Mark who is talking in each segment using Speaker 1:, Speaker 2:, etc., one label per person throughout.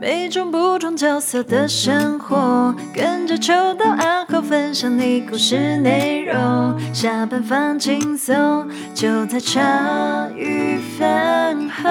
Speaker 1: 每种不同角色的生活，跟着秋到暗号分享你故事内容。下班放轻松，就在茶余饭后。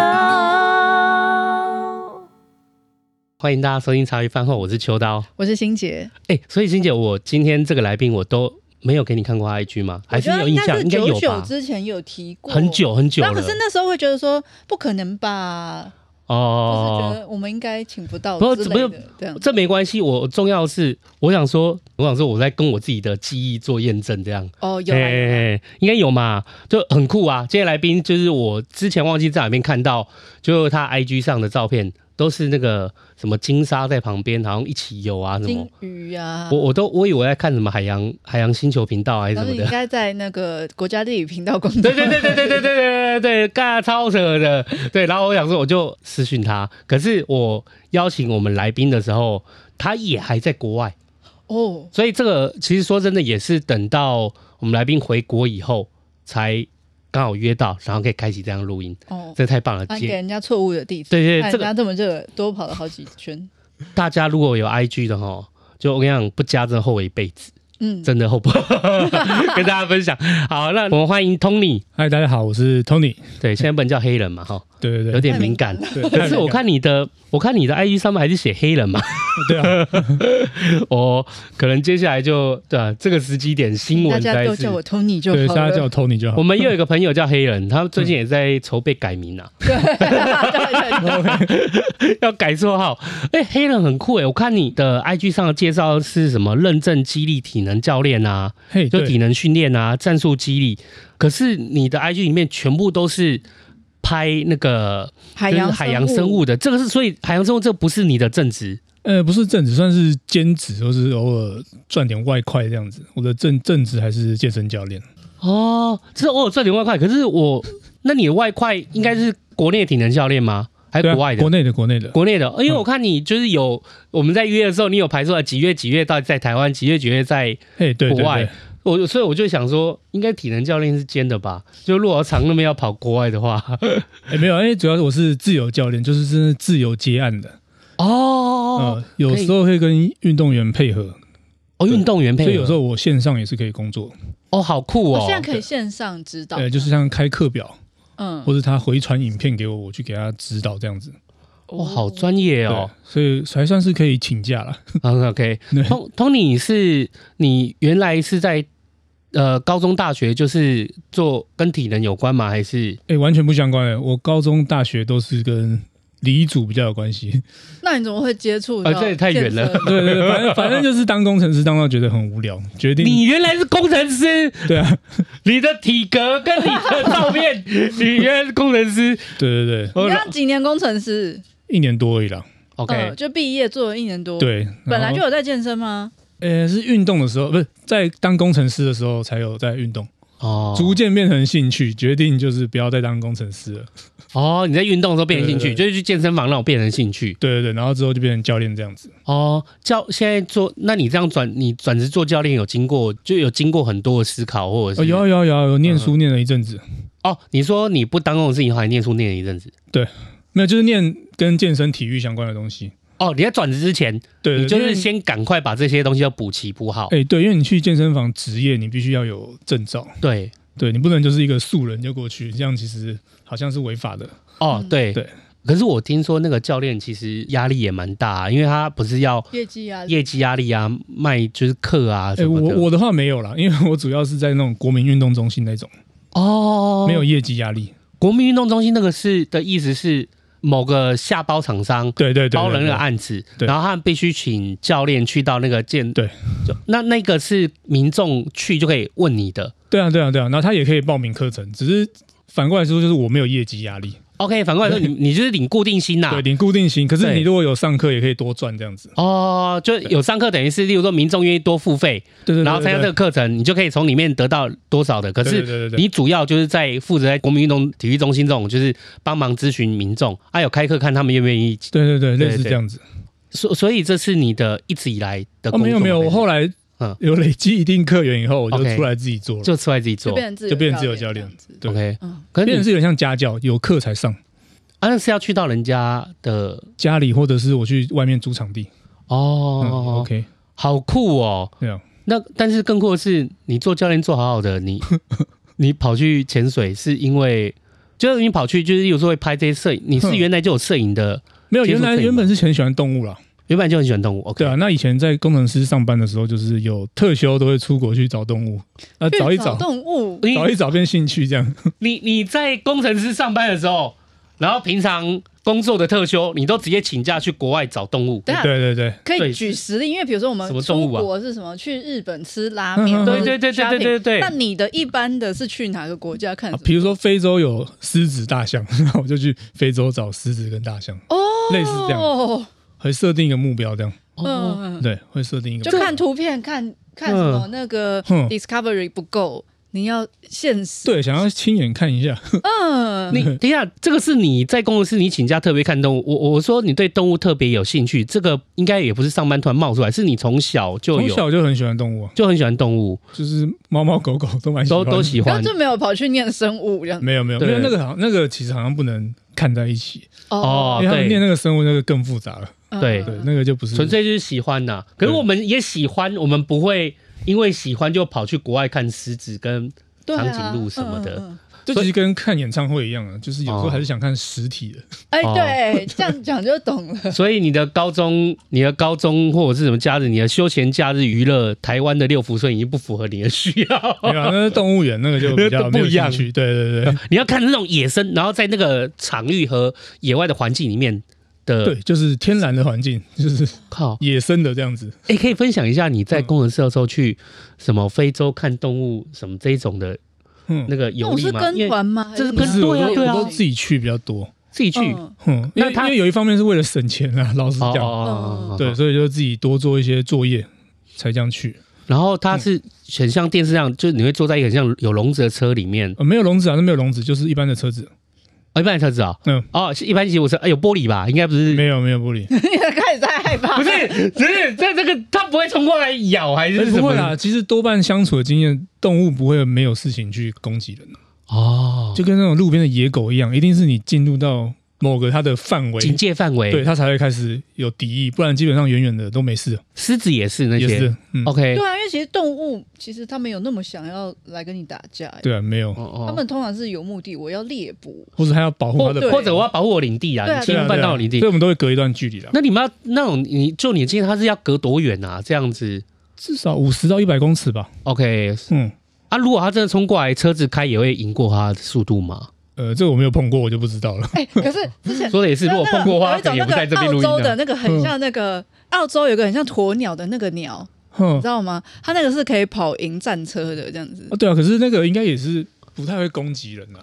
Speaker 2: 欢迎大家收听茶余饭后，我是秋刀。
Speaker 3: 我是欣杰，
Speaker 2: 哎、所以欣姐，我今天这个来宾我都没有给你看过他 IG 吗？还是你有印象？
Speaker 3: 我
Speaker 2: 应该
Speaker 3: 觉得
Speaker 2: 有
Speaker 3: 应该是久
Speaker 2: 吧
Speaker 3: 久？之前有提过，
Speaker 2: 很。久很久
Speaker 3: 那
Speaker 2: 了。
Speaker 3: 可是那时候会觉得说不可能吧，就是觉
Speaker 2: 哦，
Speaker 3: 得我们应该请不到
Speaker 2: 不
Speaker 3: 之
Speaker 2: 不
Speaker 3: 类
Speaker 2: 是
Speaker 3: 的，这样
Speaker 2: 这没关系。我重要的是，我想说，我想说，我在跟我自己的记忆做验证，这样。
Speaker 3: 哦有啊
Speaker 2: 哎
Speaker 3: 有啊
Speaker 2: 哎哎应该有嘛，就很酷啊！这些来宾就是我之前忘记在哪边看到，就他 IG 上的照片都是那个什么金沙在旁边，好像一起游啊什么
Speaker 3: 金。鱼啊，
Speaker 2: 我我都我以为在看什么海洋海洋星球频道还是
Speaker 3: 然
Speaker 2: 什
Speaker 3: 后
Speaker 2: 么
Speaker 3: 你
Speaker 2: 的
Speaker 3: 应。该在那个国家地理频道工作，
Speaker 2: 对对对对对对对对对对，干超扯的。对，然后我想说，我就私讯他，可是我邀请我们来宾的时候，他也还在国外，
Speaker 3: 哦，
Speaker 2: 所以这个其实说真的也是等到我们来宾回国以后，才刚好约到，然后可以开启这样录音，
Speaker 3: 哦，
Speaker 2: 这太棒了！
Speaker 3: 啊，给
Speaker 2: 姐，
Speaker 3: 人家错误的地址，
Speaker 2: 对对，
Speaker 3: 看
Speaker 2: 这个
Speaker 3: 人家这么热，多跑了好几圈，
Speaker 2: 大家如果有 IG 的哈，就我跟你讲，不加真的后悔一辈子，
Speaker 3: 嗯，
Speaker 2: 真的后悔。跟大家分享，好，那我们欢迎 Tony，
Speaker 4: 嗨，大家好，我是 Tony。
Speaker 2: 对，现在不能叫黑人嘛哈，
Speaker 4: 对对
Speaker 2: 有
Speaker 4: 对，
Speaker 2: 点
Speaker 3: 太敏
Speaker 2: 敏感。
Speaker 4: 对
Speaker 2: 可是我看你的，我看你的 IG 上面还是写黑人嘛。
Speaker 4: 对啊，
Speaker 2: 哦，可能接下来就对、啊、这个时机点新闻
Speaker 3: 大家
Speaker 2: 在
Speaker 3: 都
Speaker 2: 是
Speaker 3: 叫。我 Tony 就
Speaker 4: 对，
Speaker 3: 好
Speaker 4: 大家叫 我
Speaker 3: 了，
Speaker 4: Tony 就好
Speaker 2: 我。们又有一个朋友叫黑人，他最近也在筹备改名啊， 要改绰号。哎、黑人很酷哎、我看你的 IG 上的介绍是什么认证激励体能教练啊，
Speaker 4: 嘿，
Speaker 2: 就体
Speaker 4: 哎对，
Speaker 2: 能训练啊，战术激励。可是你的 IG 里面全部都是拍那个
Speaker 3: 海
Speaker 2: 就是
Speaker 3: 洋
Speaker 2: 海洋生物的，这个是所以海洋生物这不是你的正职
Speaker 4: 呃，不是正职，算是兼职，或是偶尔赚点外快这样子。我的正正职还是健身教练。
Speaker 2: 哦，这偶尔赚点外快，可是我，那你的外快应该是国内的体能教练吗？还
Speaker 4: 对
Speaker 2: 是
Speaker 4: 啊
Speaker 2: 国外的？
Speaker 4: 国内的，国内的。
Speaker 2: 国内的，因为
Speaker 4: 嗯
Speaker 2: 我看你就是有、我们在约的时候，你有排出来几月几月到底在台湾，几月几月在
Speaker 4: 嘿，对对
Speaker 2: 国外
Speaker 4: 对，
Speaker 2: 我，所以我就想说，应该体能教练是兼的吧？就如果长那么要跑国外的 话，
Speaker 4: 哎，没有，哎，主要是我是自由教练，就是真的自由接案的。
Speaker 2: 哦，
Speaker 4: 呃，有时候会跟运动员配合，
Speaker 2: 哦，运动员配
Speaker 4: 所
Speaker 2: 合，
Speaker 4: 以有时候我线上也是可以工作。
Speaker 2: 哦，好酷
Speaker 3: 我
Speaker 2: 哦
Speaker 3: 现，在可以线上指导，
Speaker 4: 呃，就是像开课表，
Speaker 3: 嗯，
Speaker 4: 或是他回传影片给我，我去给他指导这样子。
Speaker 2: 哇、好专业
Speaker 4: 对
Speaker 2: 哦。，
Speaker 4: 所以还算是可以请假了。
Speaker 2: OK，
Speaker 4: 对
Speaker 2: Tony，你是你原来是在呃高中、大学就是做跟体能有关吗？还是
Speaker 4: 哎、完全不相关诶，我高中、大学都是跟理组比较有关系。
Speaker 3: 那你怎么会接触到
Speaker 2: 啊
Speaker 3: 健身？
Speaker 2: 这也太远 了
Speaker 4: 对对对，反正反正就是当工程师当到觉得很无聊，决定
Speaker 2: 你原来是工程师？
Speaker 4: 对啊，
Speaker 2: 你的体格跟你的照片，你原来是工程师。
Speaker 4: 对对对，
Speaker 3: 你刚几年工程师？
Speaker 4: 一年多而已啦。
Speaker 2: OK，、
Speaker 3: 呃就毕业做了一年
Speaker 2: 哦
Speaker 3: 多。，
Speaker 4: 对，
Speaker 3: 本来就
Speaker 4: 然后
Speaker 3: 有在健身吗？
Speaker 4: 呃是运动的时候，不是在当工程师的时候才有在运动，
Speaker 2: 哦，
Speaker 4: 逐渐变成兴趣，决定就是不要再当工程师了。
Speaker 2: 哦，你在运动的时候变成兴趣，
Speaker 4: 对对对
Speaker 2: 就是去健身房让我变成兴趣。
Speaker 4: 对对对，然后之后就变成教练这样子。
Speaker 2: 哦，教现在做，那你这样转，你转职做教练有经过，就有经过很多的思考，或者
Speaker 4: 哦，
Speaker 2: 是、嗯
Speaker 4: 有啊有啊有啊有念书念了一阵子，
Speaker 2: 哦，你说你不当工程师以后还念书念了一阵子。
Speaker 4: 没有就是念跟健身体育相关的东西。
Speaker 2: 哦，你在转职之前，
Speaker 4: 对，对
Speaker 2: 你就
Speaker 4: 因为
Speaker 2: 是先赶快把这些东西要补齐补好。
Speaker 4: 哎、对，因为你去健身房职业，你必须要有证照。
Speaker 2: 对，
Speaker 4: 对你不能就是一个素人就过去，这样其实好像是违法的。
Speaker 2: 哦，
Speaker 3: 嗯
Speaker 2: 对
Speaker 4: 对。
Speaker 2: 可是我听说那个教练其实压力也蛮大、因为他不是要
Speaker 3: 业绩啊，
Speaker 2: 哦业绩压力啊，卖就是课啊
Speaker 4: 哎、
Speaker 2: 什么
Speaker 4: 我
Speaker 2: 的。
Speaker 4: 我的话没有啦，因为我主要是在那种国民运动中心那种，
Speaker 2: 哦，
Speaker 4: 没有业绩压力。
Speaker 2: 国民运动中心那个是的意思是某个下包厂商
Speaker 4: 对对对
Speaker 2: 包了那个
Speaker 4: 爱。
Speaker 2: 案子，
Speaker 4: 对
Speaker 2: 然后他们必须请教练去到那个建
Speaker 4: 对，
Speaker 2: 就那那个是民众去就可以问你的。
Speaker 4: 对啊对啊对啊，然后他也可以报名课程，只是反过来说就是我没有业绩压力，
Speaker 2: OK，反过来说，你你就是领固定薪呐、
Speaker 4: 对，领固定薪。可是
Speaker 2: 对
Speaker 4: 你如果有上课，也可以多赚这样子。
Speaker 2: 哦，就有上课等于是，例如说民众愿意多付费，
Speaker 4: 对对
Speaker 2: 然后参加这个课程，你就可以从里面得到多少的。可
Speaker 4: 对
Speaker 2: 是
Speaker 4: 对对对对，
Speaker 2: 你主要就是在负责在国民运动体育中心这种，就是帮忙咨询民众，还、有开课看他们愿不愿意
Speaker 4: 对对对，
Speaker 2: 对
Speaker 4: 类似
Speaker 2: 对
Speaker 4: 这样子。
Speaker 2: 所所以这是你的一直以来的
Speaker 4: 哦，
Speaker 2: 工作吗、
Speaker 4: 没有没有，我后来
Speaker 2: 嗯
Speaker 4: 有累积一定客源以后，我就
Speaker 2: OK
Speaker 4: 出来自己做了。
Speaker 2: 哦就出来自己
Speaker 3: 就
Speaker 2: 做。
Speaker 3: 变成自由
Speaker 4: 就变成自由教
Speaker 3: 练这
Speaker 4: 练
Speaker 3: 样子。
Speaker 4: 对
Speaker 2: OK，
Speaker 3: 嗯，
Speaker 2: 可是
Speaker 4: 变成
Speaker 2: 你
Speaker 4: 是有点像家教，有课才上。
Speaker 2: 啊，啊，那是要去到人家的
Speaker 4: 家里或者是我去外面租场地。
Speaker 2: 哦、
Speaker 4: 嗯，OK，
Speaker 2: 好酷哦。
Speaker 4: 对啊，
Speaker 2: 那但是更酷的是，你做教练做好好的， 你你跑去潜水是因为，就是你跑去就是有时候会拍这些摄影，你是
Speaker 4: 哼
Speaker 2: 原来就有摄影的，
Speaker 4: 没有
Speaker 2: 接触
Speaker 4: 原来
Speaker 2: 摄影
Speaker 4: 原
Speaker 2: 吗
Speaker 4: 本是很喜欢动物啦。
Speaker 2: 原本就很喜欢动物。OK，
Speaker 4: 对啊，那以前在工程师上班的时候，就是有特休都会出国去找动物，啊，
Speaker 3: 去
Speaker 4: 找一
Speaker 3: 找
Speaker 4: 找，
Speaker 3: 动物，
Speaker 2: 你
Speaker 4: 啊找一找变兴趣这样。
Speaker 2: 你你在工程师上班的时候，然后平常工作的特休，你都直接请假去国外找动物。
Speaker 3: 等一下
Speaker 4: 对对对，
Speaker 3: 可
Speaker 2: 对
Speaker 3: 以举实例，因为比如说我们
Speaker 2: 什么动
Speaker 3: 出
Speaker 2: 物啊
Speaker 3: 国是什么？去日本吃拉面，或
Speaker 4: 嗯
Speaker 3: 者
Speaker 2: 对对对对
Speaker 3: shopping
Speaker 2: 对对对
Speaker 3: 那你的一般的是去哪个国家看
Speaker 4: 啊
Speaker 3: 什么？
Speaker 4: 比如说非洲有狮子、大象， 然后我就去非洲找狮子跟大象，
Speaker 3: 哦，
Speaker 4: 类似这样，
Speaker 3: 样，
Speaker 4: 会设定一个目标这样。
Speaker 2: 哦，
Speaker 3: 嗯，
Speaker 4: 对，会设定一个
Speaker 3: 就
Speaker 4: 目标。
Speaker 3: 看图片，看看
Speaker 2: 嗯
Speaker 3: 什么那个
Speaker 4: 哼
Speaker 3: Discovery 不够，你要现实。
Speaker 4: 对，想要亲眼看一下。
Speaker 3: 嗯，
Speaker 2: 你等一下，这个是你在工作室你请假特别看动物。我我说你对动物特别有兴趣，这个应该也不是上班突然冒出来，是你从小就
Speaker 4: 从
Speaker 2: 有
Speaker 4: 小就很喜欢动物啊，
Speaker 2: 就很喜欢动物，
Speaker 4: 就是猫猫狗狗都蛮喜
Speaker 2: 都
Speaker 4: 欢的，
Speaker 2: 都喜
Speaker 3: 然后
Speaker 2: 欢。
Speaker 3: 就没有跑去念生物这样。
Speaker 4: 没有没有，因
Speaker 2: 对
Speaker 4: 为那个好像那个其实好像不能看在一起，
Speaker 2: 哦
Speaker 4: 因为他们
Speaker 2: 对
Speaker 4: 念那个生物那个更复杂了，
Speaker 3: 嗯
Speaker 2: 对
Speaker 4: 对，那个就不是
Speaker 2: 纯粹就是喜欢呐、可是我们也喜欢，我们不会因为喜欢就跑去国外看狮子跟
Speaker 3: 对啊
Speaker 2: 长颈鹿什么的
Speaker 3: 嗯嗯嗯
Speaker 4: 这
Speaker 2: 所以
Speaker 4: 其实跟看演唱会一样啊，就是有时候
Speaker 2: 哦
Speaker 4: 还是想看实体的。
Speaker 3: 哎，
Speaker 2: 哦
Speaker 3: 对，这样讲就懂 了。
Speaker 2: 所以你的高中、你的高中或者是什么假日、你的休闲假日娱乐，台湾的六福村已经不符合你的需
Speaker 4: 没
Speaker 2: 要。
Speaker 4: 有啊，那是动物园那个就比较
Speaker 2: 不
Speaker 4: 没有
Speaker 2: 一样
Speaker 4: 兴趣。对对 对
Speaker 2: 你要看那种野生，然后在那个场域和野外的环境里面的。
Speaker 4: 对，对，就是天然的环境，就是
Speaker 2: 靠，
Speaker 4: 野生的这样子。
Speaker 2: 哎、可以分享一下你在工程师的时候去什么非洲看动物什么这一种的
Speaker 4: 嗯，
Speaker 2: 那个
Speaker 3: 那
Speaker 2: 游
Speaker 3: 我
Speaker 2: 历
Speaker 3: 是
Speaker 2: 吗？
Speaker 3: 跟
Speaker 2: 因为
Speaker 3: 团吗？
Speaker 2: 这是
Speaker 4: 不
Speaker 2: 跟
Speaker 4: 是我
Speaker 2: 对啊
Speaker 4: 都
Speaker 2: 对啊
Speaker 4: 我都自己去比较多。
Speaker 2: 自己去。
Speaker 3: 嗯
Speaker 4: 嗯，因为
Speaker 2: 那
Speaker 4: 因
Speaker 2: 他
Speaker 4: 为有一方面是为了省钱啊，老实
Speaker 2: 哦
Speaker 4: 讲，
Speaker 2: 哦哦，
Speaker 4: 嗯对，所以就自己多做一些作业才这样去。
Speaker 2: 然后它是很像电视上，就是你会坐在一个很像有笼子的车里面，
Speaker 4: 呃，没有笼子啊，那没有笼子，就是一般的车子，
Speaker 2: 哦，一般的车子啊、哦，
Speaker 4: 嗯
Speaker 2: 是一般吉普车，哎，有玻璃吧？应该不是，
Speaker 4: 没有没有玻璃，
Speaker 3: 你开始在害怕，
Speaker 2: 不是，不是，这这个它不会冲过来咬还是
Speaker 4: 哎
Speaker 2: 什
Speaker 4: 不
Speaker 2: 么？
Speaker 4: 会啦。其实多半相处的经验，动物不会没有事情去攻击人的，啊
Speaker 2: 哦，
Speaker 4: 就跟那种路边的野狗一样，一定是你进入到某个它的范围，
Speaker 2: 警戒范围，
Speaker 4: 对，它才会开始有敌意，不然基本上远远的都没事，
Speaker 2: 狮子也是那
Speaker 4: 也
Speaker 2: 些哦
Speaker 4: 是，嗯，
Speaker 2: OK，
Speaker 3: 对啊，因为其实动物其实它没有那么想要来跟你打架，欸
Speaker 4: 对啊，没有，
Speaker 2: 哦哦
Speaker 3: 他们通常是有目的，我要猎 捕。
Speaker 4: 或者它要保护它的
Speaker 3: 对
Speaker 4: 对
Speaker 2: 或者我要保护我领地啊，
Speaker 3: 对啊
Speaker 2: 你
Speaker 4: 啊，对
Speaker 2: 侵
Speaker 4: 啊
Speaker 2: 犯到我领地
Speaker 4: 所以，我们都会隔一段距离啦，
Speaker 2: 那你们要那种你就你的经验，它是要隔多远啊？这样子
Speaker 4: 至少五十到一百公尺吧，
Speaker 2: OK
Speaker 4: 嗯，
Speaker 2: 啊？如果它真的冲过来，车子开也会赢过它的速度吗？
Speaker 4: 呃，这个我没有碰过，我就不知道了。
Speaker 3: 哎，可是之前
Speaker 2: 说的也是，
Speaker 3: 那
Speaker 2: 如果
Speaker 3: 那个
Speaker 2: 碰过的话，
Speaker 3: 有
Speaker 2: 可能
Speaker 3: 一种
Speaker 2: 也
Speaker 3: 那
Speaker 2: 不在这
Speaker 3: 个
Speaker 2: 边录
Speaker 3: 澳
Speaker 2: 音
Speaker 3: 洲的
Speaker 2: 啊。嗯
Speaker 3: 那个很像那个澳洲有个很像鸵鸟的那个鸟，
Speaker 4: 哼
Speaker 3: 你知道吗？它那个是可以跑赢战车的这样子
Speaker 2: 嗯
Speaker 4: 哦，。对啊，可是那个应该也是不太会攻击人啊。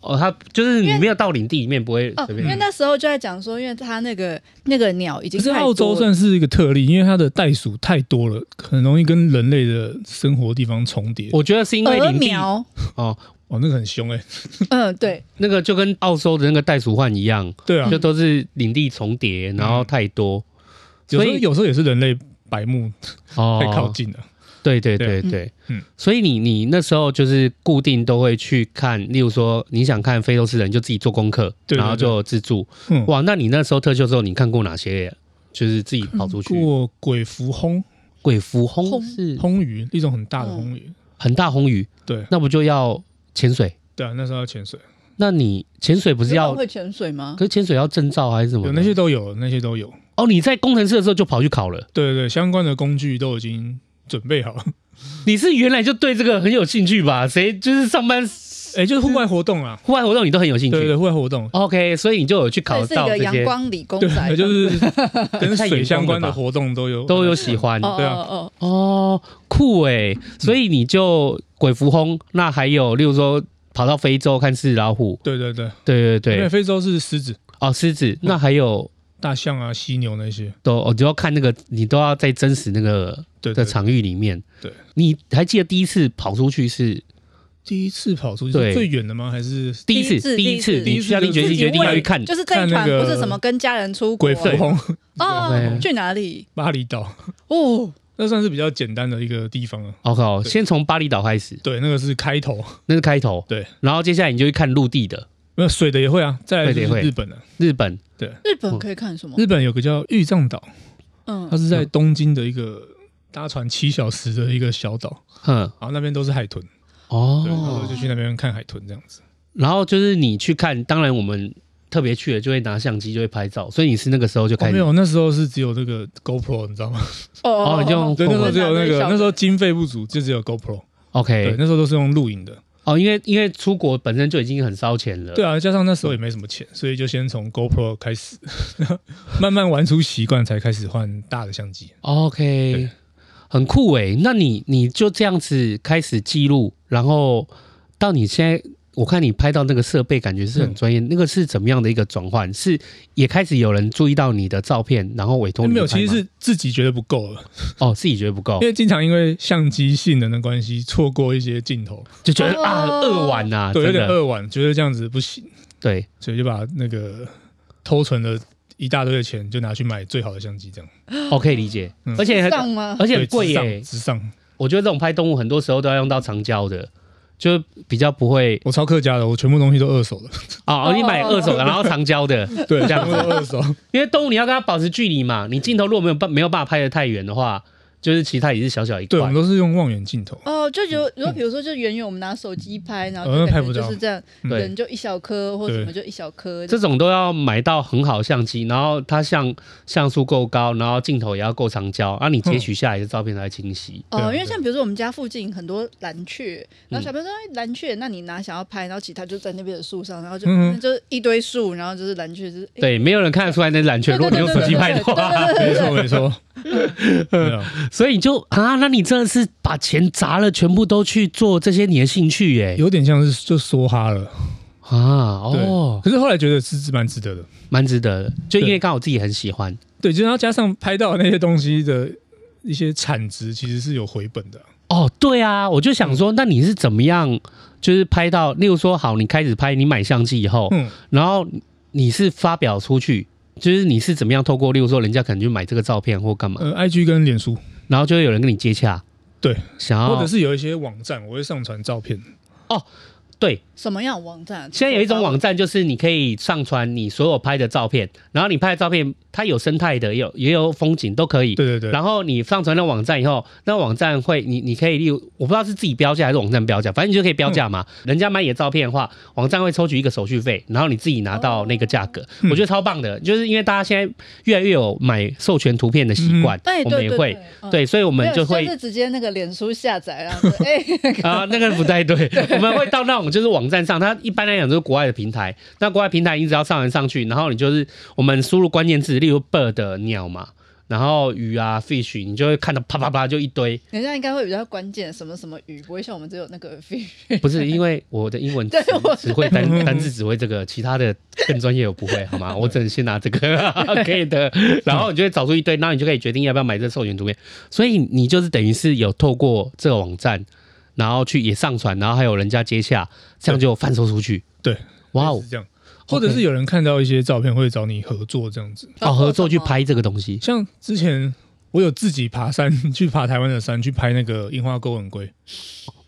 Speaker 2: 哦，它就是你没有到领地里面不会
Speaker 3: 哦，
Speaker 2: 随
Speaker 3: 因为
Speaker 2: 便。
Speaker 3: 那时候就在讲说，因为它那个那个鸟已经
Speaker 4: 可是
Speaker 3: 太
Speaker 4: 澳洲
Speaker 3: 多了
Speaker 4: 算是一个特例，因为它的袋鼠太多了，很容易跟人类的生活地方重叠。
Speaker 2: 我觉得是因为
Speaker 3: 鹅
Speaker 2: 领地
Speaker 3: 苗，
Speaker 2: 哦，
Speaker 4: 哦，那个很凶哎、
Speaker 3: 嗯，对，
Speaker 2: 那个就跟澳洲的那个袋鼠患一样，
Speaker 4: 对啊
Speaker 2: 就，都是领地重叠，然后太多，
Speaker 4: 有
Speaker 2: 所
Speaker 4: 时候
Speaker 2: 以
Speaker 4: 嗯有时候也是人类白目
Speaker 2: 哦
Speaker 4: 太靠近了。
Speaker 2: 对对对
Speaker 4: 对
Speaker 2: 对，
Speaker 4: 嗯嗯
Speaker 2: 所以你你那时候就是固定都会去看，例如说你想看非洲狮人，就自己做功课，
Speaker 4: 对对
Speaker 2: 然后就自助。
Speaker 4: 嗯，
Speaker 2: 哇，那你那时候特休之后，你看过哪些？就是自己跑出去，
Speaker 4: 过鬼蝠轰
Speaker 2: 鬼蝠轰
Speaker 3: 轰
Speaker 2: 是嗯
Speaker 4: 轰鱼，一种很大的轰鱼。
Speaker 2: 很大轰鱼，
Speaker 4: 对
Speaker 2: 那不就要潜水？
Speaker 4: 对啊，那时候要潜水，
Speaker 2: 那你潜水不
Speaker 3: 不
Speaker 2: 是要？
Speaker 3: 会潜水吗
Speaker 2: 可？是潜水要证照还是什么
Speaker 4: 有
Speaker 2: 的？
Speaker 4: 那些都有，那些都有。
Speaker 2: 哦，你在工程师的时候就跑去考了，
Speaker 4: 对对对，相关的工具都已经准备好了。
Speaker 2: 你是原来就对这个很有兴趣吧？谁就是上班
Speaker 4: 哎、就是户外活动啊。
Speaker 2: 户外活动你都很有兴趣。
Speaker 4: 对对，户外活动，
Speaker 2: OK，所以你就有去考
Speaker 3: 这是一
Speaker 2: 到
Speaker 3: 个
Speaker 2: 这
Speaker 3: 阳
Speaker 2: 些，
Speaker 3: 光理工仔，
Speaker 4: 对，就是跟
Speaker 2: 太
Speaker 4: 水
Speaker 2: 阳
Speaker 4: 相
Speaker 2: 光
Speaker 4: 关
Speaker 2: 了
Speaker 4: 的
Speaker 2: 吧
Speaker 4: 活动都有
Speaker 2: 都有喜欢
Speaker 3: 哦
Speaker 4: 对啊
Speaker 3: 哦哦，
Speaker 2: 哦，酷哎！
Speaker 4: 嗯
Speaker 2: 所以你就鬼蝠轰，那还有例如说跑到非洲看狮子老虎，
Speaker 4: 对对对，
Speaker 2: 对对
Speaker 4: 因为
Speaker 2: 对，
Speaker 4: 非洲是狮子、
Speaker 2: 哦狮子，那还有
Speaker 4: 大象啊、犀牛那些。
Speaker 2: 都我就要看那个，你都要在真实那个
Speaker 4: 对
Speaker 2: 的
Speaker 4: 对，
Speaker 2: 场域里面。
Speaker 4: 对，
Speaker 2: 你还记得第一次跑出去是
Speaker 4: 第一次跑出去
Speaker 2: 对
Speaker 4: 是最远的吗？还是
Speaker 2: 第一次，
Speaker 3: 第一
Speaker 2: 第一
Speaker 3: 次
Speaker 2: 次，
Speaker 3: 第
Speaker 2: 你
Speaker 4: 一次
Speaker 2: 下定决
Speaker 4: 自
Speaker 2: 心
Speaker 4: 己
Speaker 2: 决定要去
Speaker 3: 问
Speaker 2: 看，
Speaker 3: 就是这一
Speaker 4: 看
Speaker 3: 团
Speaker 4: 那个
Speaker 3: 不是什么跟家人出国
Speaker 4: 鬼蝠轰？
Speaker 3: 哦
Speaker 2: 对，啊
Speaker 3: 去哪里？
Speaker 4: 巴厘岛，
Speaker 3: 哦，我
Speaker 4: 那算是比较简单的一个地方了。
Speaker 2: OK，哦
Speaker 4: 对
Speaker 2: 先从巴厘岛开始，
Speaker 4: 对，那个是开头。
Speaker 2: 那是开头。
Speaker 4: 对，
Speaker 2: 然后接下来你就去看陆地的，
Speaker 4: 没有水的也会啊，再来就
Speaker 2: 水的
Speaker 4: 是
Speaker 2: 也会
Speaker 4: 日本了、
Speaker 2: 日本
Speaker 3: 日本可以看什么？
Speaker 4: 日本有个叫玉藏岛，
Speaker 3: 嗯
Speaker 4: 它，是在东京的一个搭船七小时的一个小岛，
Speaker 2: 哼
Speaker 4: 然后那边都是海豚，对，然后
Speaker 2: 哦，
Speaker 4: 就去那边看海豚这样子。
Speaker 2: 然后就是你去看，当然我们特别去了就会拿相机就会拍照，所以你是那个时候就
Speaker 4: 哦，
Speaker 2: 开
Speaker 4: 没
Speaker 2: 始
Speaker 4: 有，那时候是只有那个 GoPro，你知道 吗？
Speaker 2: 哦你就用
Speaker 4: 对，那时候只有那
Speaker 3: 我们拿那个
Speaker 4: 个，
Speaker 3: 小的
Speaker 4: 那时候经费不足，就只有 GoPro。对，
Speaker 2: OK
Speaker 4: 那时候都是用录影的。
Speaker 2: 哦，因为因为出国本身就已经很烧钱了，
Speaker 4: 对啊，加上那时候也没什么钱，所以就先从 GoPro 开始， 慢慢玩出习惯，才开始换大的相机。
Speaker 2: ，OK，
Speaker 4: 对
Speaker 2: 很酷诶。那你你就这样子开始记录，然后到你现在。我看你拍到那个设备，感觉是很
Speaker 4: 嗯
Speaker 2: 专业。那个是怎么样的一个转换？是也开始有人注意到你的照片，然后委托你
Speaker 4: 没有，
Speaker 2: 去拍
Speaker 4: 其
Speaker 2: 吗
Speaker 4: 实是自己觉得不够了，
Speaker 2: 哦，自己觉得不够
Speaker 4: 因，为经常因为相机性能的关系，错过一些镜头，
Speaker 2: 就觉得啊，
Speaker 3: 哦
Speaker 2: 扼腕呐，
Speaker 4: 对，有
Speaker 2: 真
Speaker 4: 点
Speaker 2: 的，
Speaker 4: 扼腕，觉得这样子不行，
Speaker 2: 对，
Speaker 4: 所以就把那个偷存了一大堆的钱，就拿去买最好的相机，这样。
Speaker 2: 我可以理解，
Speaker 4: 嗯
Speaker 2: 而且
Speaker 3: 上吗？
Speaker 2: 而且很贵耶、
Speaker 4: 对直上直上，
Speaker 2: 我觉得这种拍动物很多时候都要用到长焦的，就比较不会
Speaker 4: 我超客家的，我全部东西都二手 的，
Speaker 2: 啊、哦，你买二手的，然后长焦的，
Speaker 4: 对，
Speaker 2: 这样
Speaker 4: 全部
Speaker 2: 子
Speaker 4: 都 二手。
Speaker 2: 因为动物你要跟它保持距离嘛，你镜头如果没有办没有办法拍得太远的话，就是其实它也是小小一
Speaker 4: 对，我们
Speaker 2: 块。
Speaker 4: 都是用望远镜 头。
Speaker 3: 哦，就有
Speaker 2: 嗯
Speaker 3: 如果比如说，就远远我们拿手机拍，然后
Speaker 4: 哦
Speaker 3: 就
Speaker 4: 那
Speaker 3: 感
Speaker 4: 拍
Speaker 3: 觉
Speaker 4: 不
Speaker 3: 就
Speaker 4: 到
Speaker 3: 是这样，
Speaker 4: 嗯
Speaker 2: 对
Speaker 3: 人就一小颗或
Speaker 4: 对
Speaker 3: 什么就一小颗。
Speaker 2: 这种都要买到很好的相机，然后它像像素够高，然后镜头也要够长焦，啊，你截取下来的照片才会清晰。
Speaker 4: 对
Speaker 3: 哦，
Speaker 4: 啊
Speaker 3: 因为
Speaker 4: 对
Speaker 3: 像比如说我们家附近很多蓝雀，
Speaker 2: 嗯
Speaker 3: 然后小朋友说哎蓝雀，那你拿想要拍，然后其他就在那边的树上，然后就
Speaker 4: 嗯哼
Speaker 3: 就一堆树，然后就是蓝雀，就是哎
Speaker 2: 对，没有人看得出来那是蓝雀，
Speaker 3: 对
Speaker 2: 如果你用手机拍的话，
Speaker 4: 没错没错， 对啊
Speaker 2: 所以你就啊，那你真的是把钱砸了，全部都去做这些你的兴趣耶、
Speaker 4: 有点像是就梭哈了。
Speaker 2: 啊，哦，
Speaker 4: 可是后来觉得是是蛮值得的。
Speaker 2: 蛮值得的，就因为
Speaker 4: 对
Speaker 2: 刚好自己很喜欢。
Speaker 4: 对，就是要加上拍到的那些东西的一些产值，其实是有回本的。
Speaker 2: 哦，对啊，我就想说，那你是怎么样，就是拍到，例如说，好，你开始拍，你买相机以后，
Speaker 4: 嗯，
Speaker 2: 然后你是发表出去，就是你是怎么样透过，例如说，人家可能就买这个照片或干嘛，
Speaker 4: 呃，IG 跟脸书，
Speaker 2: 然后就会有人跟你接洽，
Speaker 4: 对，
Speaker 2: 想
Speaker 4: 或
Speaker 2: 要
Speaker 4: 者是有一些网站，我会上传照片。
Speaker 2: 对。
Speaker 3: 什么样的网站？啊
Speaker 2: 现在有一种网站，就是你可以上传你所有拍的照片，然后你拍的照片，它有生态的，也有也有风景都可以。
Speaker 4: 对对对，
Speaker 2: 然后你上传到网站以后，那网站会你你可以例如我不知道是自己标价还是网站标价，反正你就可以标价嘛。
Speaker 4: 嗯
Speaker 2: 人家买你的照片的话，网站会抽取一个手续费，然后你自己拿到那个价格，
Speaker 4: 嗯
Speaker 2: 我觉得超棒的。就是因为大家现在越来越有买授权图片的习惯，
Speaker 3: 哎，
Speaker 2: 我们
Speaker 3: 对
Speaker 2: 也
Speaker 3: 对
Speaker 2: 会
Speaker 3: 对，嗯
Speaker 2: 对，所以我
Speaker 3: 没
Speaker 2: 们
Speaker 3: 有
Speaker 2: 就会
Speaker 3: 下次直接那个脸书下载，然后说哎，
Speaker 2: 啊、那个不太对，我们会到那种就是网站上，它一般来讲都是国外的平台。那国外平台你只要上传上去，然后你就是我们输入关键字，例如 bird 鸟嘛，然后鱼啊 fish，你就会看到啪啪啪就一堆。
Speaker 3: 人家应该会比较关键，什么什么语，不会像我们只有那个 fish。
Speaker 2: 不是因为我的英文
Speaker 3: 对我
Speaker 2: 只只会单
Speaker 4: 嗯
Speaker 2: 单字只会这个，其他的更专业我不会，好吗？我只能先拿这个可以的，然后你就会找出一堆，然后你就可以决定要不要买这授权图片。所以你就是等于是有透过这个网站，然后去也上传，然后还有人家接下，这样就贩售出去。
Speaker 4: 对，
Speaker 2: 哇哦
Speaker 4: 是，这样。或者是有人看到一些照片会找你合作这样子，
Speaker 2: 哦合作去拍这个东西，
Speaker 4: 像之前我有自己爬山 去爬台湾的山去拍那个樱花钩吻龟，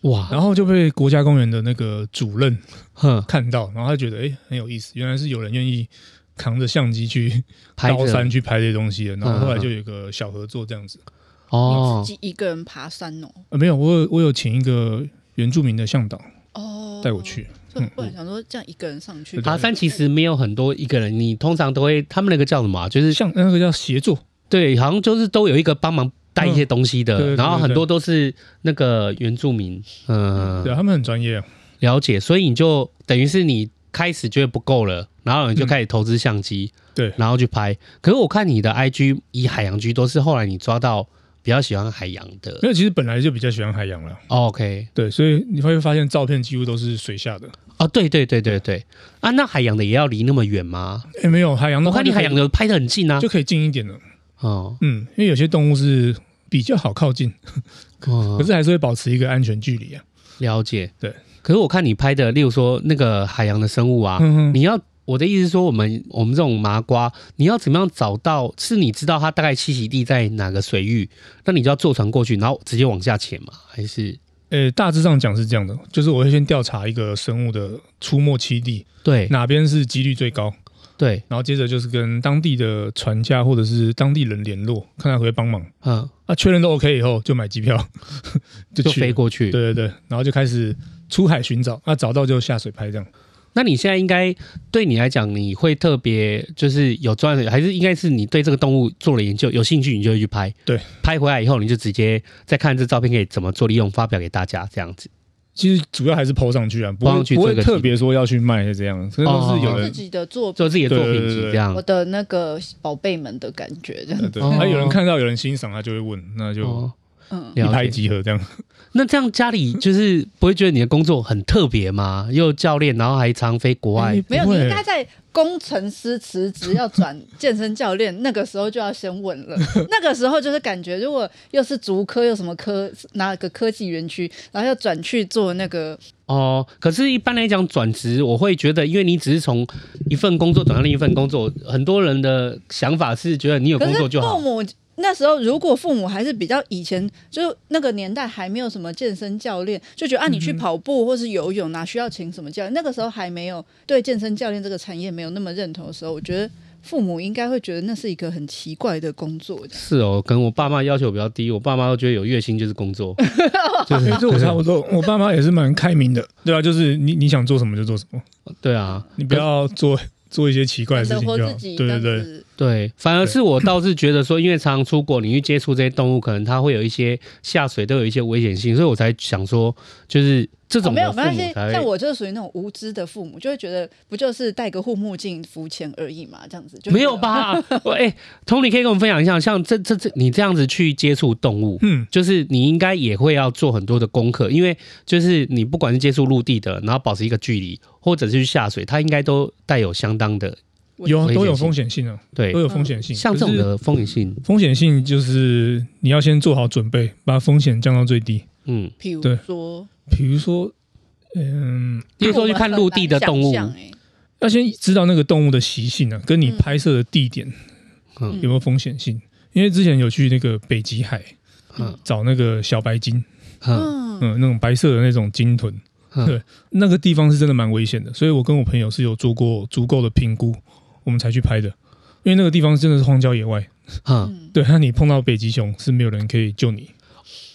Speaker 2: 哇，
Speaker 4: 然后就被国家公园的那个主任
Speaker 2: 哼，
Speaker 4: 看到，然后他觉得哎、诶很有意思，原来是有人愿意扛着相机去
Speaker 2: 拍这
Speaker 4: 高
Speaker 2: 个
Speaker 4: 山去拍这些东西的，然后后
Speaker 2: 嗯嗯
Speaker 4: 来
Speaker 2: 嗯
Speaker 4: 就有一个小合作这样子。
Speaker 3: 你
Speaker 2: 哦
Speaker 3: 自己一个人爬山哦。
Speaker 4: 呃，没有，我有我有请一个原住民的向导
Speaker 3: 哦，
Speaker 4: 带我。去，
Speaker 3: 就
Speaker 2: 嗯
Speaker 3: 不然想说这样一个人上去，
Speaker 4: 对
Speaker 2: 爬山其实没有很多一个人，你通常都会他们那个叫什么啊、就是
Speaker 4: 像那个叫协作，
Speaker 2: 对，好像就是都有一个帮忙带一些东西的，
Speaker 4: 嗯对对对
Speaker 2: 然后很多都是那个原住民，嗯、
Speaker 4: 对啊，他们很专业啊，
Speaker 2: 了解，所以你就等于是你开始觉得不够了，然后你就开始投资相机，
Speaker 4: 对
Speaker 2: 然后去拍。可是我看你的 IG 以海洋居都是后来你抓到比较喜欢海洋的、哦
Speaker 4: 没有，其实本来就比较喜欢海洋了，
Speaker 2: o k
Speaker 4: 对，所以你会发现照片几乎都是水下的。
Speaker 2: 哦，对对对对对，啊，那海洋的也要离那么远吗？
Speaker 4: 哎，没有海洋的
Speaker 2: 我
Speaker 4: 话
Speaker 2: 看你
Speaker 4: 就可
Speaker 2: 海
Speaker 4: 以，
Speaker 2: 洋的拍的很近啊
Speaker 4: 就，可以近一点了，
Speaker 2: 哦，
Speaker 4: 嗯，因为有些动物是比较好靠近，
Speaker 2: 哦
Speaker 4: 可是还是会保持一个安全距离啊。
Speaker 2: 了解，
Speaker 4: 对。
Speaker 2: 可是我看你拍的，例如说那个海洋的生物啊，
Speaker 4: 嗯哼，
Speaker 2: 你要我的意思是说，我们我们这种麻瓜，你要怎么样找到？是你知道它大概栖息地在哪个水域，那你就要坐船过去，然后直接往下潜嘛？还是
Speaker 4: 呃，大致上讲是这样的，就是我会先调查一个生物的出没栖地，
Speaker 2: 对
Speaker 4: 哪边是几率最高，
Speaker 2: 对，
Speaker 4: 然后接着就是跟当地的船家或者是当地人联络，看他可不可以帮忙。
Speaker 2: 嗯，
Speaker 4: 啊，确认都 OK 以后，就买机票 就
Speaker 2: 就
Speaker 4: 去
Speaker 2: 飞
Speaker 4: 了
Speaker 2: 过去。
Speaker 4: 对对对，然后就开始出海寻找，那、啊找到就下水拍这样。
Speaker 2: 那你现在应该对你来讲，你会特别就是有专业，还是应该是你对这个动物做了研究，有兴趣你就会去拍。
Speaker 4: 对，
Speaker 2: 拍回来以后你就直接再看这照片可以怎么做利用，发表给大家这样子。
Speaker 4: 其实主要还是 PO 上去啊，不
Speaker 2: po
Speaker 4: 会
Speaker 2: 上去
Speaker 4: 不
Speaker 2: 这
Speaker 4: 会
Speaker 2: 个哦
Speaker 4: 特别说要去卖是这样，可能都是有
Speaker 3: 自
Speaker 4: 人，
Speaker 3: 己的作品，
Speaker 2: 做自己的作品集这样
Speaker 3: 我。的那个宝贝们的感觉，这样
Speaker 4: 呃
Speaker 3: 子，
Speaker 4: 对，
Speaker 2: 哦
Speaker 4: 还有人看到有人欣赏，他就会问，那就
Speaker 2: 哦，
Speaker 3: 嗯，
Speaker 4: 一
Speaker 2: 了
Speaker 4: 拍
Speaker 2: 解
Speaker 4: 即合这样。
Speaker 2: 那这样家里就是不会觉得你的工作很特别 吗？又教练，然后还常飞国外
Speaker 4: 哎，
Speaker 3: 没有，
Speaker 4: 不
Speaker 3: 你
Speaker 4: 会
Speaker 3: 应该在工程师辞职要转健身教练那个时候就要先问 了。那个时候就是感觉，如果又是竹科又什么科哪个科技园区，然后要转去做那个，
Speaker 2: 哦，可是，一般来讲，转职我会觉得，因为你只是从一份工作转到另一份工作，很多人的想法是觉得你有
Speaker 3: 可
Speaker 2: 工
Speaker 3: 是
Speaker 2: 作就
Speaker 3: 父
Speaker 2: 好。
Speaker 3: 母。那时候，如果父母还是比较以前，就那个年代还没有什么健身教练，就觉得啊，你去
Speaker 4: 嗯
Speaker 3: 跑步或是游泳，哪需要请什么教练？那个时候还没有对健身教练这个产业没有那么认同的时候，我觉得父母应该会觉得那是一个很奇怪的工作。
Speaker 2: 是哦，可能我爸妈要求比较低，我爸妈都觉得有月薪就是工 作。
Speaker 4: 对，哎这我差不多。我爸妈也是蛮开明的，对啊，就是你你想做什么就做什么，
Speaker 2: 对啊，
Speaker 4: 你不要做做一些奇怪的事
Speaker 3: 生
Speaker 4: 情
Speaker 3: 活
Speaker 4: 就好
Speaker 3: 自。己，
Speaker 4: 对对
Speaker 3: 但
Speaker 4: 对，
Speaker 3: 是
Speaker 2: 对，反而是我倒是觉得说，因为常常出国，你去接触这些动物，可能它会有一些下水都有一些危险性，所以我才想说，就是这
Speaker 3: 哦
Speaker 2: 种
Speaker 3: 没有
Speaker 2: 的父
Speaker 3: 没关
Speaker 2: 母
Speaker 3: 系，
Speaker 2: 才
Speaker 3: 像
Speaker 2: 会。
Speaker 3: 我就是属于那种无知的父母，就会觉得不就是戴个护目镜浮潜而已嘛，这样子就
Speaker 2: 没有？吧？ 我哎、t o n y 可以跟我们分享一下，像这这这你这样子去接触动物，
Speaker 4: 嗯，
Speaker 2: 就是你应该也会要做很多的功课，因为就是你不管是接触陆地的，然后保持一个距离，或者是去下水，它应该都带有相当的
Speaker 4: 有啊
Speaker 2: 危险性
Speaker 4: 都有风险性啊，
Speaker 2: 对
Speaker 4: 都有风险性。
Speaker 2: 像这种
Speaker 4: 可是
Speaker 2: 的风险性。
Speaker 4: 风险性，就是你要先做好准备，把风险降到最低。
Speaker 2: 嗯，
Speaker 3: 譬如
Speaker 4: 对
Speaker 3: 说，
Speaker 4: 比如说，嗯，
Speaker 2: 比如说去看陆地的动物
Speaker 3: 我们很难想象欸
Speaker 4: 要先知道那个动物的习性啊，跟你
Speaker 3: 嗯
Speaker 4: 拍摄的地点
Speaker 2: 嗯
Speaker 4: 有没有风险性。因为之前有去那个北极海
Speaker 2: 嗯
Speaker 4: 找那个小白鲸，
Speaker 2: 嗯
Speaker 3: 嗯，
Speaker 4: 嗯，那种白色的那种鲸豚，
Speaker 2: 嗯
Speaker 4: 对，那个地方是真的蛮危险的，所以我跟我朋友是有做过足够的评估，我们才去拍的。因为那个地方真的是荒郊野外，
Speaker 2: 嗯，
Speaker 4: 对，那你碰到北极熊是没有人可以救你，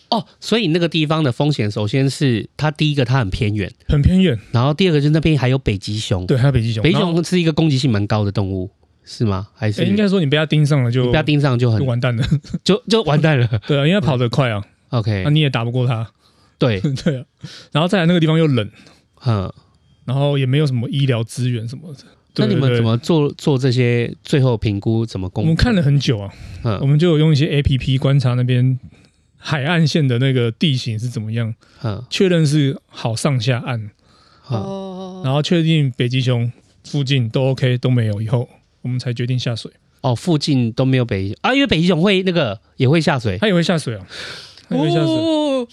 Speaker 2: 哦，所以那个地方的风险，首先是它第一个它很偏远，
Speaker 4: 很偏远，
Speaker 2: 然后第二个就是那边还有北极熊，
Speaker 4: 对，还有北极熊，
Speaker 2: 北极
Speaker 4: 然后
Speaker 2: 熊是一个攻击性蛮高的动物，是吗？还是
Speaker 4: 哎应该说你被它盯上了
Speaker 2: 你
Speaker 4: 就
Speaker 2: 不要盯上就
Speaker 4: 就
Speaker 2: 很
Speaker 4: 完蛋了，
Speaker 2: 就就完蛋 了。
Speaker 4: 对啊，因为它跑得快啊，
Speaker 2: OK，
Speaker 4: 那、你也打不过它，
Speaker 2: 对，
Speaker 4: 对啊，然后再来那个地方又冷，
Speaker 2: 嗯，
Speaker 4: 然后也没有什么医疗资源什么的。
Speaker 2: 那
Speaker 4: 对
Speaker 2: 你
Speaker 4: 对
Speaker 2: 们
Speaker 4: 对
Speaker 2: 怎么做做这些最后评估？怎么公
Speaker 4: 我
Speaker 2: 布？
Speaker 4: 们看了很久啊，我
Speaker 2: 嗯
Speaker 4: 们就有用一些 A P P 观察那边海岸线的那个地形是怎么样，
Speaker 2: 嗯
Speaker 4: 确认是好上下岸，
Speaker 2: 嗯，
Speaker 4: 然
Speaker 3: 哦，
Speaker 4: 后确定北极熊附近都 OK 都没有以后，我们才决定下水。
Speaker 2: 哦，附近都没有北极啊，因为北极熊会那个也会下水，
Speaker 4: 它也会下水啊，它也会下水，
Speaker 2: 哦，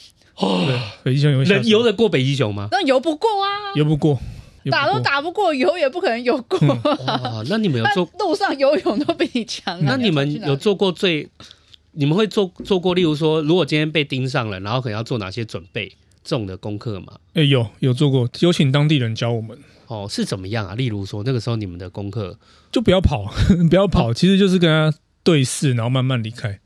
Speaker 4: 对，北极熊也会下
Speaker 2: 人
Speaker 4: 水，
Speaker 2: 游得过北极熊 吗？
Speaker 3: 那游不过啊，
Speaker 4: 游不过，游不过
Speaker 3: 打都。打不过，游也不可能游过。
Speaker 2: 哇，那你们嗯 有
Speaker 3: 那
Speaker 2: 做？
Speaker 3: 路上游泳都哦比你强啊！
Speaker 2: 那你
Speaker 3: 要去
Speaker 2: 们
Speaker 3: 哪
Speaker 2: 有
Speaker 3: 里
Speaker 2: 做过最？你们会做做过，例如说，如果今天被盯上了，然后可能要做哪些准备这种的功课吗？
Speaker 4: 哎、有有做过，有请当地人教我们，
Speaker 2: 哦，是怎么样啊？例如说，那个时候你们的功课，
Speaker 4: 就不要跑， 不要跑，其实就是跟他对视，然后慢慢离开。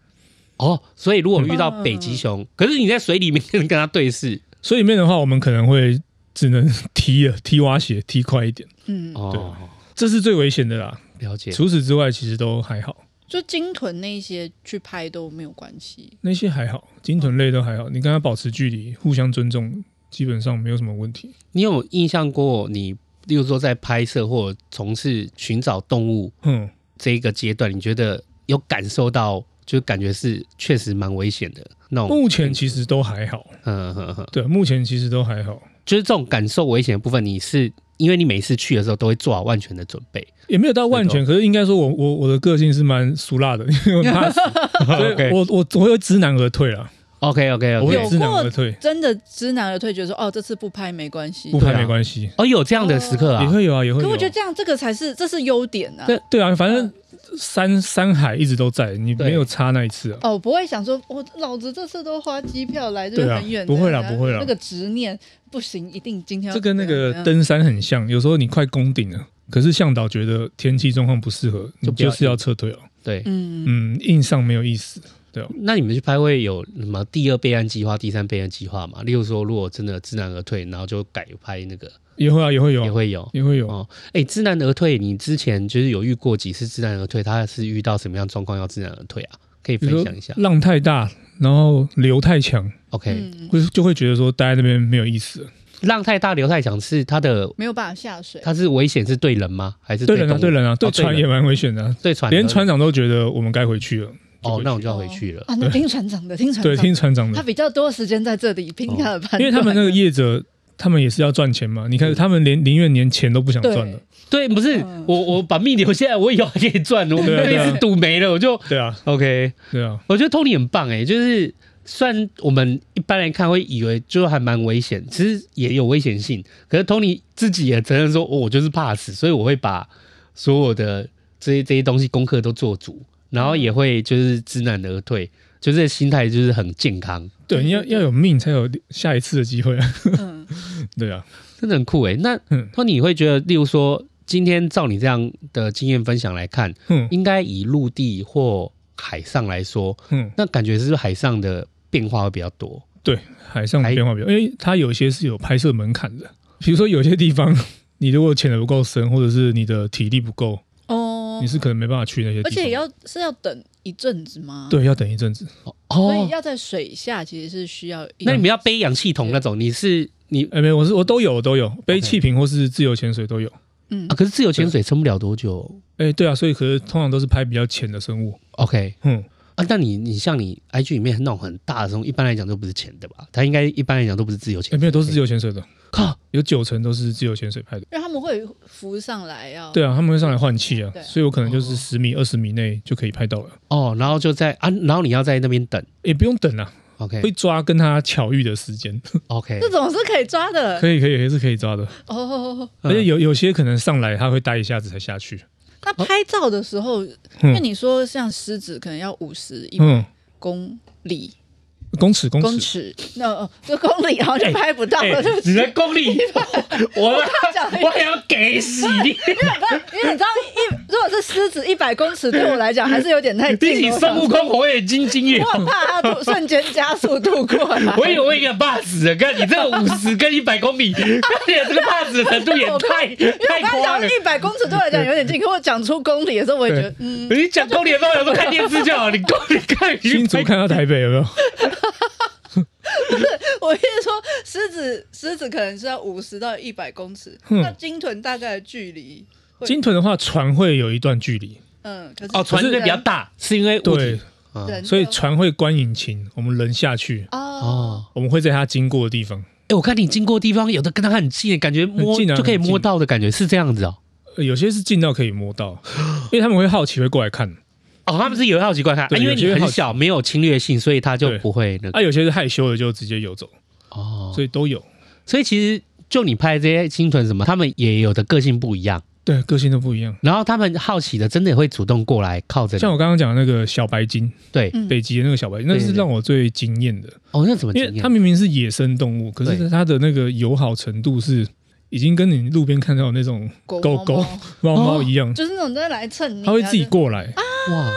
Speaker 2: 哦，所以如果遇到
Speaker 4: 啊
Speaker 2: 北极熊，可是你在水里面跟它对视，
Speaker 4: 所以里面的话，我们可能会只能 踢了，踢蛙鞋，踢快一点，
Speaker 3: 嗯，
Speaker 2: 哦，
Speaker 4: 这是最危险的啦。
Speaker 2: 了解。
Speaker 4: 除此之外，其实都还好，
Speaker 3: 就鲸豚那一些去拍都没有关系。
Speaker 4: 那些还好，鲸豚类都还好，你跟它保持距离，互相尊重，基本上没有什么问题。
Speaker 2: 你有印象过你，例如说在拍摄或从事寻找动物
Speaker 4: 嗯，
Speaker 2: 这一个阶段，你觉得有感受到，就感觉是确实蛮危险的那种。
Speaker 4: 目前其实都还好，
Speaker 2: 嗯哼哼，
Speaker 4: 对，目前其实都还好，
Speaker 2: 就是这种感受危险的部分，你是因为你每次去的时候都会做好万全的准备。
Speaker 4: 也没有到万全，可是应该说我我我的个性是蛮俗辣的， 因为我怕死， 所以
Speaker 2: OK
Speaker 4: 我我我会知难而退啦，
Speaker 2: OK OK
Speaker 4: 我
Speaker 2: OK，
Speaker 4: 会知难而退，
Speaker 3: 真的知难而退，觉得说哦，这次不拍没关系
Speaker 4: 不。
Speaker 2: 对
Speaker 4: 拍
Speaker 2: 啊
Speaker 4: 没关系，
Speaker 2: 哦，有这样的时刻啊
Speaker 4: 也，会有啊，也会
Speaker 3: 可
Speaker 4: 有
Speaker 3: 我觉得
Speaker 4: 啊。
Speaker 3: 这样这个才是这是优点啊。
Speaker 2: 对
Speaker 4: 对啊，反正山山海一直都在，你
Speaker 2: 对
Speaker 4: 没有差那一次啊。
Speaker 3: 哦，不会想说，我老子这次都花机票来，就
Speaker 4: 对
Speaker 3: 是
Speaker 4: 啊
Speaker 3: 很远的，
Speaker 4: 不会啦
Speaker 3: 然后
Speaker 4: 不会啦
Speaker 3: 那个执念不行，一定今天要
Speaker 4: 这跟那
Speaker 3: 怎
Speaker 4: 个
Speaker 3: 样怎样
Speaker 4: 登山很像，有时候你快攻顶了，可是向导觉得天气状况不适合，你
Speaker 2: 就不要
Speaker 4: 就是要撤退了。哦
Speaker 2: 对，
Speaker 3: 嗯
Speaker 4: 嗯，硬上没有意思。哦
Speaker 2: 那你们去拍会有什么第二备案计划、第三备案计划嘛？例如说，如果真的知难而退，然后就改拍那个，
Speaker 4: 也会啊，也会有
Speaker 2: 也
Speaker 4: 啊，
Speaker 2: 会有。
Speaker 4: 也会有啊。
Speaker 2: 哦，哎，知难而退，你之前就是有遇过几次知难而退？他是遇到什么样状况要知难而退啊？可以
Speaker 4: 比
Speaker 2: 分
Speaker 4: 如说
Speaker 2: 享一下。
Speaker 4: 浪太大，然后流太强，
Speaker 2: OK，、
Speaker 3: 嗯，
Speaker 4: 会就会觉得说待在那边没有意思了。
Speaker 2: 浪太大、流太强是它的，
Speaker 3: 没有办法下水，
Speaker 2: 它是危险是对人吗？还是
Speaker 4: 对
Speaker 2: 动
Speaker 4: 人啊，
Speaker 2: 物哦
Speaker 4: 对人啊，对
Speaker 2: 对
Speaker 4: 船
Speaker 2: 人
Speaker 4: 也蛮危险的啊，
Speaker 2: 对船
Speaker 4: 连
Speaker 2: 而
Speaker 4: 船长都觉得我们该回去了。就
Speaker 2: 哦
Speaker 4: 回，
Speaker 2: 那
Speaker 4: 去
Speaker 2: 我就要回去了。
Speaker 3: 啊，那听船长的，听船长
Speaker 4: 对，
Speaker 3: 的，
Speaker 4: 听船长
Speaker 3: 他
Speaker 4: 的，哦
Speaker 3: 比较多时间在这里拼他的判断，
Speaker 4: 因为他们那个业者，他们也是要赚钱嘛。你看，
Speaker 2: 嗯
Speaker 4: 他们连宁愿连钱都不想
Speaker 3: 对
Speaker 4: 赚了。
Speaker 2: 对，不是、
Speaker 3: 嗯
Speaker 2: 我，我把命留下来，我以后还可以赚。我
Speaker 4: 对啊
Speaker 2: 这
Speaker 4: 对啊
Speaker 2: 一次赌没了，我就
Speaker 4: 对啊，
Speaker 2: OK。
Speaker 4: 对啊，
Speaker 2: 我觉得 Tony 很棒哎、就是虽然我们一般人看会以为就还蛮危险，其实也有危险性。可是 Tony 自己也承认说，哦我就是怕死，所以我会把所有的这些这些东西功课都做足，然后也会就是知难而退，就是心态就是很健康，
Speaker 4: 对，你要要有命才有下一次的机会啊。
Speaker 3: 嗯，
Speaker 4: 对啊，
Speaker 2: 真的很酷哎、那
Speaker 4: 嗯
Speaker 2: Tony 你会觉得，例如说今天照你这样的经验分享来看，
Speaker 4: 嗯
Speaker 2: 应该以陆地或海上来说，
Speaker 4: 嗯，
Speaker 2: 那感觉是不是海上的变化会比较多？
Speaker 4: 对，海上
Speaker 2: 海
Speaker 4: 变化比较，因为它有些是有拍摄门槛的，比如说有些地方。 你如果潜的不够深，或者是你的体力不够，
Speaker 3: 哦
Speaker 4: 你，是可能没办法去那些地
Speaker 3: 而
Speaker 4: 方。
Speaker 3: 且也要是要等一阵子吗？，
Speaker 4: 对，哦要等一阵子。
Speaker 3: 所以要在水下其实是需要一，
Speaker 2: 那你们要背氧气筒那种，你是你
Speaker 4: 哎、没有，我是我都有，我都有背
Speaker 2: OK
Speaker 4: 气瓶或是自由潜水都有。
Speaker 3: 嗯
Speaker 2: 啊，可是自由潜水撑不了多久。
Speaker 4: 哎、对啊，所以可是通常都是拍比较浅的生物。
Speaker 2: OK
Speaker 4: 嗯，
Speaker 2: 啊，那你你像你 IG 里面那种很大的时候，一般来讲都不是潜的吧？它应该一般来讲都不是自由
Speaker 4: 哎、
Speaker 2: 潜，
Speaker 4: 没有，都是自由潜水的，
Speaker 2: 靠，
Speaker 4: 有九成都是自由潜水拍的。
Speaker 3: 因为他们会浮上来哦要
Speaker 4: 对啊，他们会上来换气啊
Speaker 3: 对，
Speaker 4: 所以我可能就是十米、二十米内就可以拍到了，
Speaker 2: 哦，然后就在啊，然后你要在那边等。
Speaker 4: 也不用等啊，
Speaker 2: OK
Speaker 4: 会抓跟他巧遇的时间。
Speaker 2: OK，
Speaker 3: 这种是可以抓的
Speaker 4: 可以，可以，可以是可以抓的。
Speaker 3: 哦。
Speaker 2: 嗯
Speaker 4: 而且有有些可能上来他会待一下子才下去。
Speaker 3: 那
Speaker 2: 哦
Speaker 3: 拍照的时候，因为
Speaker 4: 嗯
Speaker 3: 你说像狮子可能要五十一
Speaker 4: 嗯，
Speaker 3: 公里
Speaker 4: 公尺公
Speaker 3: 公
Speaker 4: 尺，
Speaker 3: 尺，那哦这公里好像就拍不到
Speaker 2: 哎
Speaker 3: 了，对不起
Speaker 2: 你的功力，我
Speaker 3: 讲
Speaker 2: 我还要给洗你，
Speaker 3: 因为你知道一如果是狮子一百公尺，对我来讲还是有点太
Speaker 2: 比
Speaker 3: 近
Speaker 2: 起
Speaker 3: 了，我
Speaker 2: 孙悟空火眼金睛耶
Speaker 3: 我。很怕它突瞬间加速度过来。
Speaker 2: 我以为我一个怕死的，看你这五十跟一百公里，看你这个怕死的程度也太
Speaker 3: 因
Speaker 2: 太
Speaker 3: 为 我刚才
Speaker 2: 夸
Speaker 3: 讲
Speaker 2: 了。
Speaker 3: 一百公尺对我来讲有点近，可我讲出公里的时候，我也觉得嗯，
Speaker 2: 你讲公里的时候，有时候看电视就好，你公里看
Speaker 4: 新竹看到台北有没有？
Speaker 3: 我意思说狮子狮子可能是要五十到一百公尺，
Speaker 4: 嗯
Speaker 3: 那鲸豚大概的距离，会
Speaker 4: 金屯的话，船会有一段距离，
Speaker 3: 嗯，可是
Speaker 2: 哦，船队比较大，是因为物
Speaker 4: 对
Speaker 2: 体，啊
Speaker 3: 人
Speaker 4: 所以
Speaker 3: 就
Speaker 4: 船会关引擎，我们人下去，
Speaker 3: 哦，
Speaker 2: 哦。
Speaker 4: 我们会在它经过的地方，
Speaker 2: 哎，我看你经过的地方，有的跟它很近，感觉摸
Speaker 4: 很近啊
Speaker 2: 就可以
Speaker 4: 很近
Speaker 2: 摸到的感觉，是这样子哦。
Speaker 4: 呃有些是近到可以摸到，因为他们会好奇会过来看，
Speaker 2: 哦，他们是有好奇怪看，啊
Speaker 4: 对
Speaker 2: 因为你
Speaker 4: 有些
Speaker 2: 很
Speaker 4: 好奇
Speaker 2: 小，没有侵略性，所以它就
Speaker 4: 对
Speaker 2: 不会那个
Speaker 4: 啊，有些是害羞的就直接游走，
Speaker 2: 哦。
Speaker 4: 所以都有，
Speaker 2: 所以其实就你拍这些青豚什么，他们也有的个性不一样，
Speaker 4: 对，个性都不一样。
Speaker 2: 然后他们好奇的真的也会主动过来靠着你。
Speaker 4: 像我刚刚讲的那个小白鲸，
Speaker 2: 对，
Speaker 3: 嗯
Speaker 4: 北极的那个小白鲸，那
Speaker 2: 对对
Speaker 4: 是
Speaker 2: 对
Speaker 4: 让我最惊艳的，
Speaker 2: 哦，那怎么
Speaker 4: 因
Speaker 2: 经
Speaker 4: 为
Speaker 2: 验
Speaker 4: 它？明明是野生动物，可
Speaker 2: 对
Speaker 4: 是它的那个友好程度是已经跟你路边看到的那种
Speaker 3: 狗
Speaker 4: 狗
Speaker 3: 猫
Speaker 4: 狗
Speaker 3: 猫
Speaker 4: 猫猫一样，
Speaker 3: 就是那种在来蹭你，啊
Speaker 4: 它会自己过来，
Speaker 2: 哇，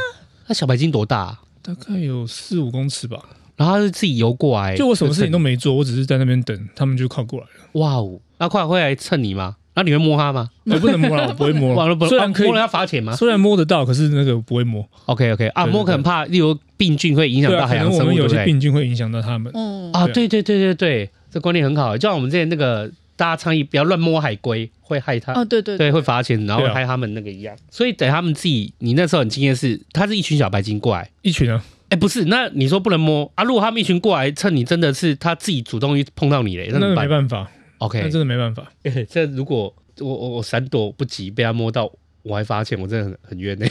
Speaker 2: 那小白鲸多大啊、
Speaker 4: 大概有四五公尺吧。
Speaker 2: 然后它就自己游过来，
Speaker 4: 就我什么事情都
Speaker 2: 就
Speaker 4: 没做，我只是在那边等，他们就靠过来了。
Speaker 2: 蹭你。哇哦，那快会来蹭你吗？那你会摸它吗？
Speaker 4: 我不能摸了，我不会摸
Speaker 2: 哇，那 不啊
Speaker 4: 了。虽然可以
Speaker 2: 摸了要罚钱吗
Speaker 4: 虽然摸得到，可是那个不会摸。
Speaker 2: ？OK OK 啊，
Speaker 4: 对对
Speaker 2: 摸可能怕，例如病菌会影响
Speaker 4: 对
Speaker 2: 到
Speaker 4: 啊，
Speaker 2: 海
Speaker 4: 可
Speaker 2: 洋
Speaker 4: 能我
Speaker 2: 生物，
Speaker 4: 们有
Speaker 2: 对不
Speaker 4: 些
Speaker 2: 对？
Speaker 4: 病菌会影响到他们。
Speaker 3: 嗯，
Speaker 2: 啊，
Speaker 4: 对
Speaker 2: 对对对对对，这观念很好。就像我们之前那个大家倡议不要乱摸海龟，会害它。
Speaker 3: 哦，对对
Speaker 2: 对，会罚钱，然后
Speaker 4: 对啊
Speaker 2: 害他们那个一样，所以等他们自己，你那时候很惊艳是，它是一群小白鲸过来，
Speaker 4: 一群啊，
Speaker 2: 哎，不是，那你说不能摸啊？如果他们一群过来蹭你，真的是他自己主动去碰到你嘞，
Speaker 4: 那
Speaker 2: 怎
Speaker 4: 个
Speaker 2: 么
Speaker 4: 没
Speaker 2: 办
Speaker 4: 办法，
Speaker 2: ？OK，
Speaker 4: 那真的没办法。
Speaker 2: 欸 这如果我我我闪躲不及被他摸到，我还罚钱，我真的很很冤呢、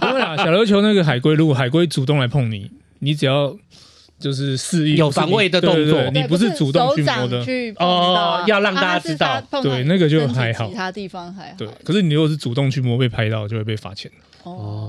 Speaker 4: 不会啦， 小琉球那个海龟，如果海龟主动来碰你，你只要就是示意
Speaker 2: 有
Speaker 4: 不是你
Speaker 2: 防卫的
Speaker 4: 对对
Speaker 2: 动
Speaker 4: 对
Speaker 2: 作
Speaker 3: 对
Speaker 4: 你不是主动
Speaker 3: 手
Speaker 4: 去摸
Speaker 3: 掌
Speaker 4: 的。
Speaker 3: 去碰到啊
Speaker 2: 哦要让
Speaker 3: 啊
Speaker 2: 大家
Speaker 3: 它是
Speaker 2: 知道
Speaker 3: 它碰到
Speaker 4: 对那个就
Speaker 3: 身体
Speaker 4: 还好
Speaker 3: 其他地方还好。
Speaker 4: 对，可是你如果是主动去摸被拍到，就会被罚钱。
Speaker 3: 哦，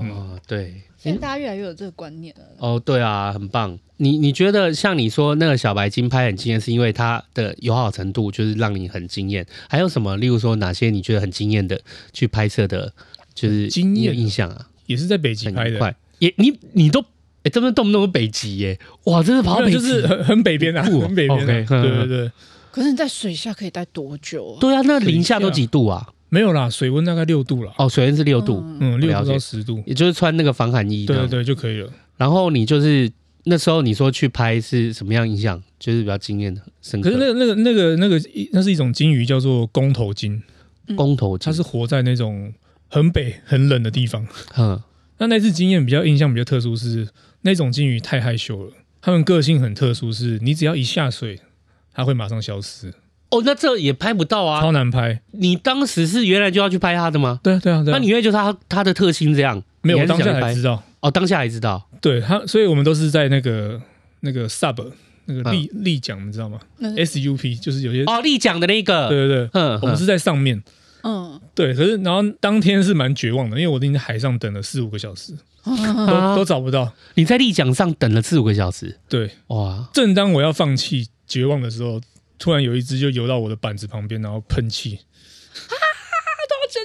Speaker 2: 哦，对，
Speaker 3: 现在大家越来越有这个观念了。
Speaker 2: 哦，对啊，很棒。你你觉得像你说那个小白金拍很惊艳，是因为它的友好程度就是让你很惊艳？还有什么？例如说哪些你觉得很惊艳的去拍摄的，就是
Speaker 4: 惊
Speaker 2: 你有
Speaker 4: 艳
Speaker 2: 印象啊？
Speaker 4: 也是在北极
Speaker 2: 很
Speaker 4: 拍的，
Speaker 2: 快，也你你都哎，这边动不动北极耶，哇，真是跑到
Speaker 4: 没有
Speaker 2: 北极，
Speaker 4: 就是很 很北边啊，
Speaker 2: 酷哦
Speaker 4: 很北边啊、
Speaker 2: OK，嗯
Speaker 4: 对对对，
Speaker 3: 可是你在水下可以待多久啊？
Speaker 2: 对啊，那零下都几度啊？
Speaker 4: 没有啦，水温大概六度啦，
Speaker 2: 哦，水温是六度，
Speaker 3: 嗯
Speaker 4: 嗯，
Speaker 2: 了解
Speaker 4: 六度到十度，
Speaker 2: 也就是穿那个防寒衣这
Speaker 4: 对
Speaker 2: 样。
Speaker 4: 对对就可以了。
Speaker 2: 然后你就是那时候你说去拍是什么样印象？就是比较惊艳的深刻。
Speaker 4: 可是那个那个那个那个一那是一种金鱼，叫做公头金，
Speaker 2: 公头
Speaker 4: 它
Speaker 2: 鲸
Speaker 4: 是活在那种很北很冷的地方。
Speaker 2: 嗯
Speaker 4: 那那次经验比较印象比较特殊是，那种金鱼太害羞了，它们个性很特殊是，你只要一下水，它会马上消失，
Speaker 2: 哦，那这也拍不到啊！
Speaker 4: 超难拍。
Speaker 2: 你当时是原来就要去拍他的吗？
Speaker 4: 对啊对啊对啊，
Speaker 2: 那你原来就他他的特性这样，
Speaker 4: 没有
Speaker 2: 你
Speaker 4: 我
Speaker 2: 还
Speaker 4: 当
Speaker 2: 是想去
Speaker 4: 下才
Speaker 2: 拍
Speaker 4: 知道，
Speaker 2: 哦，当下还知道
Speaker 4: 对它，所以我们都是在那个那个 sub 那个立立桨，你知道吗
Speaker 3: 那是
Speaker 4: ？SUP 就是有些，
Speaker 2: 嗯哦，立奖的那个，
Speaker 4: 对对对，
Speaker 2: 嗯，
Speaker 4: 我们
Speaker 2: 嗯
Speaker 4: 是在上面。
Speaker 3: 嗯，
Speaker 4: 对，可是然后当天是蛮绝望的，因为我已经在海上等了四五个小 时，都、
Speaker 2: 啊
Speaker 4: 都找不到。
Speaker 2: 你在立奖上等了四五个小时，
Speaker 4: 对，
Speaker 2: 哇，
Speaker 4: 正当我要放弃、绝望的时候，突然有一只就游到我的板子旁边，然后喷气。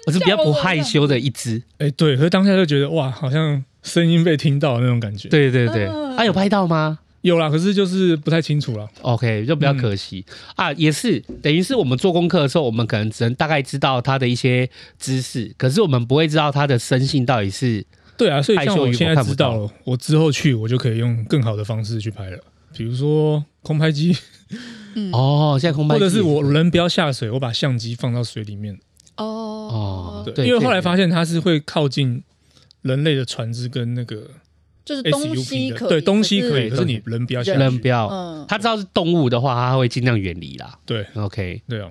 Speaker 2: 我是比较不害羞的一只，
Speaker 4: 哎，对，可是当下就觉得哇，好像声音被听到的那种感觉。，
Speaker 2: 对对对，
Speaker 3: 嗯
Speaker 2: 啊，有拍到吗
Speaker 4: 有啦，可是就是不太清楚啦。
Speaker 2: ？OK，就比
Speaker 4: 嗯
Speaker 2: 较可惜、啊，也是等于是我们做功课的时候，我们可能只能大概知道他的一些知识，可是我们不会知道他的生性到底是
Speaker 4: 对啊，所以
Speaker 2: 害
Speaker 4: 像
Speaker 2: 羞
Speaker 4: 我
Speaker 2: 与否
Speaker 4: 现在
Speaker 2: 看不
Speaker 4: 知道
Speaker 2: 到
Speaker 4: 了，我之后去我就可以用更好的方式去拍了，比如说空拍机，
Speaker 2: 哦，现在空白
Speaker 4: 或
Speaker 2: 机，
Speaker 4: 者是我人不要下水，我把相机放到水里面。
Speaker 2: 哦
Speaker 3: 哦，
Speaker 2: 对
Speaker 4: 对，因为
Speaker 2: 这
Speaker 4: 后来
Speaker 2: 也
Speaker 4: 发现它是会靠近人类的船只跟那个
Speaker 3: 就是东西
Speaker 4: SUP
Speaker 3: 可
Speaker 4: 的，
Speaker 3: 以，
Speaker 4: 对，东西可以，
Speaker 2: 可是
Speaker 4: 可是你人不要下去
Speaker 2: 人不要，
Speaker 3: 嗯，
Speaker 2: 他知道是动物的话，他会尽量远离啦。
Speaker 4: 对
Speaker 2: OK，
Speaker 4: 对啊，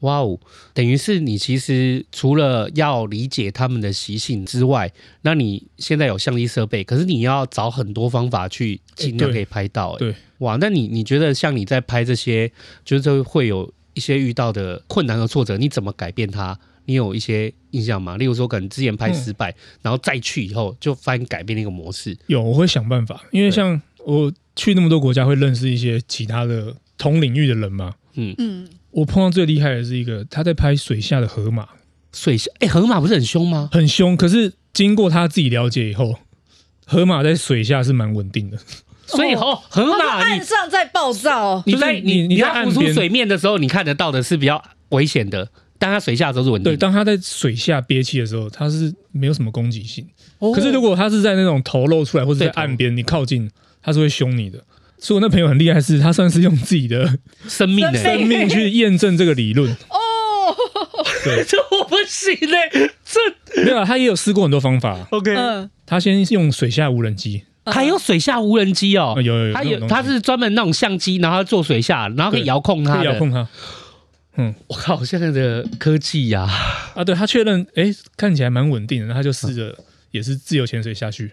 Speaker 2: 哇哦，等于是你其实除了要理解他们的习性之外，那你现在有相机设备，可是你要找很多方法去尽量
Speaker 4: 哎诶对
Speaker 2: 可以拍到、诶哎
Speaker 4: 对，
Speaker 2: 哇，那你你觉得像你在拍这些，就是会有一些遇到的困难和挫折，你怎么改变它？你有一些印象吗？例如说，可能之前拍失败，
Speaker 4: 嗯
Speaker 2: 然后再去以后就翻改变那个模式。
Speaker 4: 有我会想办法，因为像我去那么多国家，会认识一些其他的同领域的人嘛。
Speaker 3: 嗯，
Speaker 4: 我碰到最厉害的是一个，他在拍水下的河马，
Speaker 2: 水下，哎、河马不是很凶吗？
Speaker 4: 很凶，可是经过他自己了解以后，河马在水下是蛮稳定的。
Speaker 2: 所以哦，河
Speaker 3: 他
Speaker 2: 马
Speaker 3: 是
Speaker 2: 你
Speaker 3: 岸上在暴躁，
Speaker 2: 你
Speaker 4: 就是
Speaker 2: 在
Speaker 4: 你
Speaker 2: 你
Speaker 4: 你在
Speaker 2: 要
Speaker 4: 岸
Speaker 2: 浮出
Speaker 4: 边
Speaker 2: 水面的时候，你看得到的是比较危险的，但它水下的时候是稳定
Speaker 4: 对，
Speaker 2: 的。
Speaker 4: 当他在水下憋气的时候，他是没有什么攻击性。
Speaker 2: 哦
Speaker 4: 可是如果他是在那种头露出来或者在岸边，你靠近，他是会凶你的。所以我那朋友很厉害是，他算是用自己的
Speaker 2: 生命呢、
Speaker 3: 生
Speaker 4: 生命去验证这个 理论。
Speaker 2: 这
Speaker 3: 哦
Speaker 2: 我不行嘞、这
Speaker 4: 没有啊，他也有试过很多方法。
Speaker 2: OK，、
Speaker 3: 嗯，
Speaker 4: 他先用水下无人机，
Speaker 2: 呃还有水下无人机哦
Speaker 4: 啊，。有有有，
Speaker 2: 它
Speaker 4: 那种
Speaker 2: 有，
Speaker 4: 东西
Speaker 2: 它是专门那种相机，然后它做水下，然后可以
Speaker 4: 对
Speaker 2: 遥控它
Speaker 4: 可以遥
Speaker 2: 的。
Speaker 4: 控它
Speaker 2: 我靠，现在的科技呀、
Speaker 4: 啊。对，他确认，哎，看起来蛮稳定的，然后他就试着
Speaker 2: 嗯
Speaker 4: 也是自由潜水下去。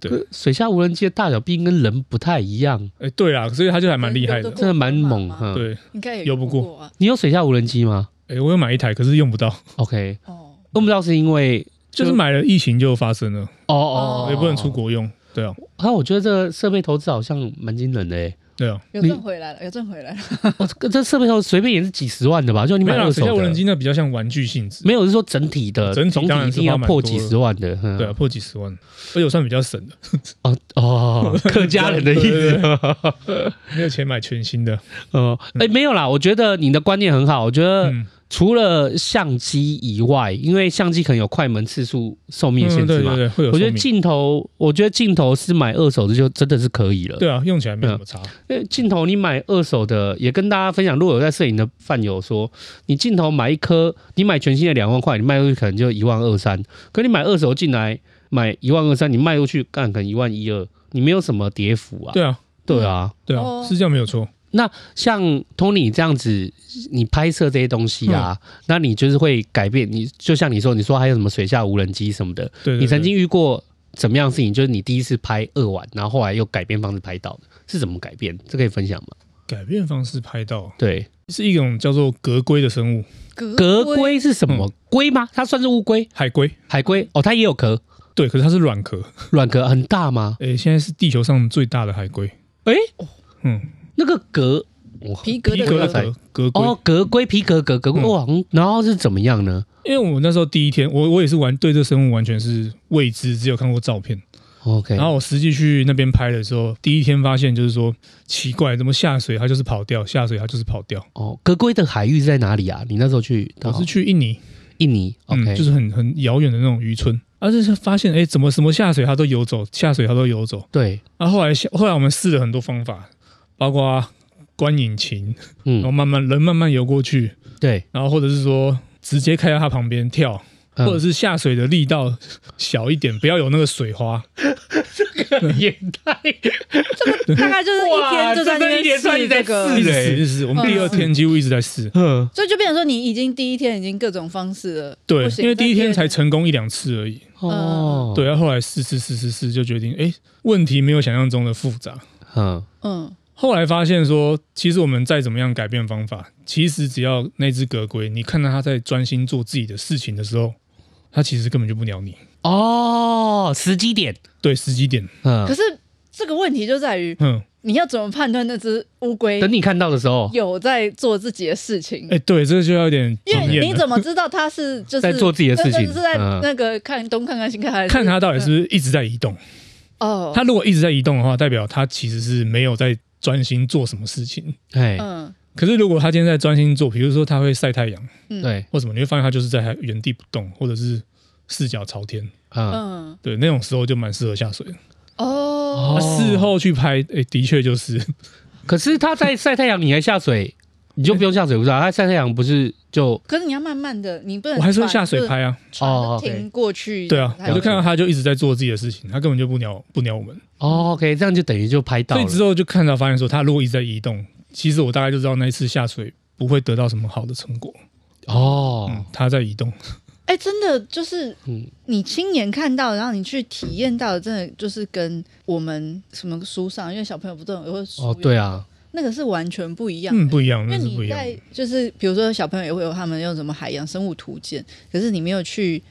Speaker 4: 对
Speaker 2: 呃水下无人机的大小毕竟跟人不太一样，
Speaker 4: 哎，对啦，所以他就还蛮厉害的。
Speaker 2: 真的蛮猛
Speaker 3: 河
Speaker 2: 哈。嗯
Speaker 3: 马
Speaker 4: 对，
Speaker 3: 应该也
Speaker 4: 游不过
Speaker 3: 过啊，
Speaker 2: 你有水下无人机吗
Speaker 4: 哎，我有买一台，可是用不到，
Speaker 2: ？OK，
Speaker 3: 哦，
Speaker 2: 我不知道是因为
Speaker 4: 就是买了疫情就发生了，
Speaker 2: 哦哦，
Speaker 3: 哦
Speaker 4: 也不能出。国用。对啊，
Speaker 2: 啊，我觉得这个设备投资好像蛮惊人的诶、
Speaker 4: 对啊，
Speaker 3: 有
Speaker 2: 你
Speaker 3: 挣回来了，有挣回来了，
Speaker 2: 哦，这个这设备头随便也是几十万的吧？就你
Speaker 4: 没
Speaker 2: 买
Speaker 4: 有啊
Speaker 2: 二
Speaker 4: 啦，水
Speaker 2: 手啊
Speaker 4: 下
Speaker 2: 的，
Speaker 4: 无人机那比较像玩具性质。
Speaker 2: 没有是说整体的，
Speaker 4: 呃整体
Speaker 2: 总
Speaker 4: 当
Speaker 2: 体
Speaker 4: 然
Speaker 2: 一
Speaker 4: 是
Speaker 2: 定要
Speaker 4: 花蛮
Speaker 2: 破
Speaker 4: 多
Speaker 2: 几
Speaker 4: 的
Speaker 2: 十万的。嗯
Speaker 4: 对啊，，破几十万，而且我算比较省的，
Speaker 2: 哦 哦，客家人的意
Speaker 4: 对对
Speaker 2: 思。
Speaker 4: 没有钱买全新的。
Speaker 2: 哦，哎，没有啦，我觉得你的观念很好。我觉得
Speaker 4: 嗯，
Speaker 2: 除了相机以外，因为相机可能有快门次数寿命的限制
Speaker 4: 嗯对
Speaker 2: 嘛
Speaker 4: 对，对，会有
Speaker 2: 我觉
Speaker 4: 说
Speaker 2: 得
Speaker 4: 明。
Speaker 2: 镜头，我觉得镜头是买二手的就真的是可以了。
Speaker 4: 对啊，用起来没什
Speaker 2: 嗯
Speaker 4: 么差。
Speaker 2: 因为镜头你买二手的，也跟大家分享，如果有在摄影的饭友说，你镜头买一颗，你买全新的两万块，你卖出去可能就一万二三，可你买二手进来买一万二三，你卖出去干可能一万一二，你没有什么跌幅啊。
Speaker 4: 对啊，
Speaker 2: 对啊，
Speaker 4: 对
Speaker 3: 哦
Speaker 4: 啊，是这样没有错。
Speaker 2: 像 Tony 这样子，你拍摄这些东西啊，
Speaker 4: 嗯
Speaker 2: 那你就是会改变你，就像你说，你说还有什么水下无人机什么的，
Speaker 4: 对，对
Speaker 2: 你曾
Speaker 4: 对
Speaker 2: 经遇过怎么样的事情？就是你第一次拍二晚，然后后来又改变方式拍到的，是怎么改变？这可以分享吗？
Speaker 4: 改变方式拍到
Speaker 2: 对。
Speaker 4: 是一种叫做格龟的生物，
Speaker 3: 格
Speaker 2: 格，龟是什么？龟吗？它算是乌龟、
Speaker 4: 海龟。
Speaker 2: 海龟？哦，它也有壳。
Speaker 4: 对，可是它是软壳，
Speaker 2: 软壳很大吗？
Speaker 4: 诶，现在是地球上最大的海龟，
Speaker 2: 哎、
Speaker 4: 嗯，
Speaker 2: 那个蛤，哇
Speaker 3: 皮革
Speaker 4: 皮
Speaker 3: 的
Speaker 4: 革
Speaker 3: 革
Speaker 4: 的
Speaker 2: 壳
Speaker 4: 革龟。
Speaker 2: 哦，蛤龟皮革蛤蛤龟，
Speaker 4: 嗯
Speaker 2: 哇，嗯然后是怎么样呢？
Speaker 4: 因为我那时候第一天，我我也是完对这生物完全是未知，只有看过照片。
Speaker 2: OK，
Speaker 4: 然后我实际去那边拍的时候，第一天发现就是说奇怪，怎么下水它就是跑掉，下水它就是跑掉。
Speaker 2: 哦，格龟的海域是在哪里啊？你那时候去，
Speaker 4: 我是去印尼，
Speaker 2: 印尼
Speaker 4: 嗯
Speaker 2: ，OK，
Speaker 4: 就是很很遥远的那种渔村，而、啊、就是发现哎，怎么什么下水它都游走，下水它都游走。
Speaker 2: 对，
Speaker 4: 然、后后来下后来我们试了很多方法，包括关引擎，然后
Speaker 2: 嗯，
Speaker 4: 慢慢人慢慢游过去，
Speaker 2: 对，
Speaker 4: 然后或者是说直接开到它旁边跳，
Speaker 2: 嗯
Speaker 4: 或者是下水的力道小一点，不要有那个水花。
Speaker 2: 也太
Speaker 3: 大概就是一天就
Speaker 2: 哇这
Speaker 3: 在那
Speaker 2: 真的一
Speaker 3: 边
Speaker 2: 连串
Speaker 3: 试
Speaker 2: 一直在
Speaker 3: 这个
Speaker 2: 试
Speaker 4: 一直试，一直试。我们嗯第二天几乎一直在试，
Speaker 2: 嗯
Speaker 3: 所以就变成说，你已经第一天已经各种方式了，
Speaker 4: 对
Speaker 3: 不，行
Speaker 4: 因为第一天才
Speaker 3: 那
Speaker 4: 成功一两次而已。
Speaker 2: 哦，
Speaker 4: 对，，然后后来试试试试试，就决定，哎，问题没有想象中的复杂。
Speaker 2: 嗯，
Speaker 3: 嗯，
Speaker 4: 后来发现说，其实我们再怎么样改变方法，其实只要那只格龟，你看到它在专心做自己的事情的时候，它其实根本就不鸟你。
Speaker 2: 哦，时机点，
Speaker 4: 对，时机点，
Speaker 3: 可
Speaker 2: 嗯，
Speaker 3: 是这个问题就在于
Speaker 4: 嗯，
Speaker 3: 你要怎么判断那只乌龟
Speaker 2: 等你看到的时候，
Speaker 3: 有在做自己的事情？
Speaker 4: 哎，对，这个就要有点
Speaker 3: 因为
Speaker 4: 经验
Speaker 3: 你
Speaker 4: 了。
Speaker 3: 怎么知道它是 就是
Speaker 2: 在做自己的事情
Speaker 3: 那那是在
Speaker 2: 嗯
Speaker 3: 那个看东看看西看还是
Speaker 4: 看它到底是不是一直在移动。
Speaker 3: 哦，
Speaker 4: 它如果一直在移动的话，代表它其实是没有在专心做什么事情。
Speaker 2: 哎，
Speaker 3: 嗯
Speaker 4: 可是如果它今天在专心做，比如说它会晒太阳。
Speaker 3: 嗯
Speaker 2: 对，
Speaker 4: 或什么，你会发现它就是在原地不动，或者是四脚朝天。
Speaker 2: 嗯，
Speaker 3: 嗯
Speaker 4: 对，那种时候就蛮适合下水的。
Speaker 3: 哦，
Speaker 4: 那
Speaker 2: 哦
Speaker 4: 啊事后去拍，哎、的确就是，
Speaker 2: 可是他在晒太阳，你还下水，你就不用下水，不是啊？他晒太阳不是就
Speaker 3: 可是你要慢慢的，你不能
Speaker 4: 我还是会下水拍啊。
Speaker 2: 哦
Speaker 3: 船停过去，
Speaker 4: 对啊，
Speaker 3: 还
Speaker 4: 我
Speaker 3: 有
Speaker 4: 就看到它就一直在做自己的事情，它根本就不鸟不鸟我们。
Speaker 2: 哦，OK，这样就等于就拍到
Speaker 4: 所
Speaker 2: 了
Speaker 4: 以，之后就看到发现说，它如果一直在移动，其实我大概就知道那一次下水不会得到什么好的成果。嗯
Speaker 2: 哦，，
Speaker 4: 它在移动，
Speaker 3: 哎、真的就是
Speaker 2: 嗯，
Speaker 3: 你亲眼看到，然后你去体验到的，真的就是跟我们什么书上，因为小朋友不都有会书
Speaker 2: 哦，对，啊，
Speaker 3: 那个是完全不一样的。
Speaker 4: 嗯，不一样，
Speaker 3: 因为
Speaker 4: 那是不
Speaker 3: 你
Speaker 4: 一样的。
Speaker 3: 在就是比如说小朋友也会有他们用什么海洋生物图鉴，可是你没有去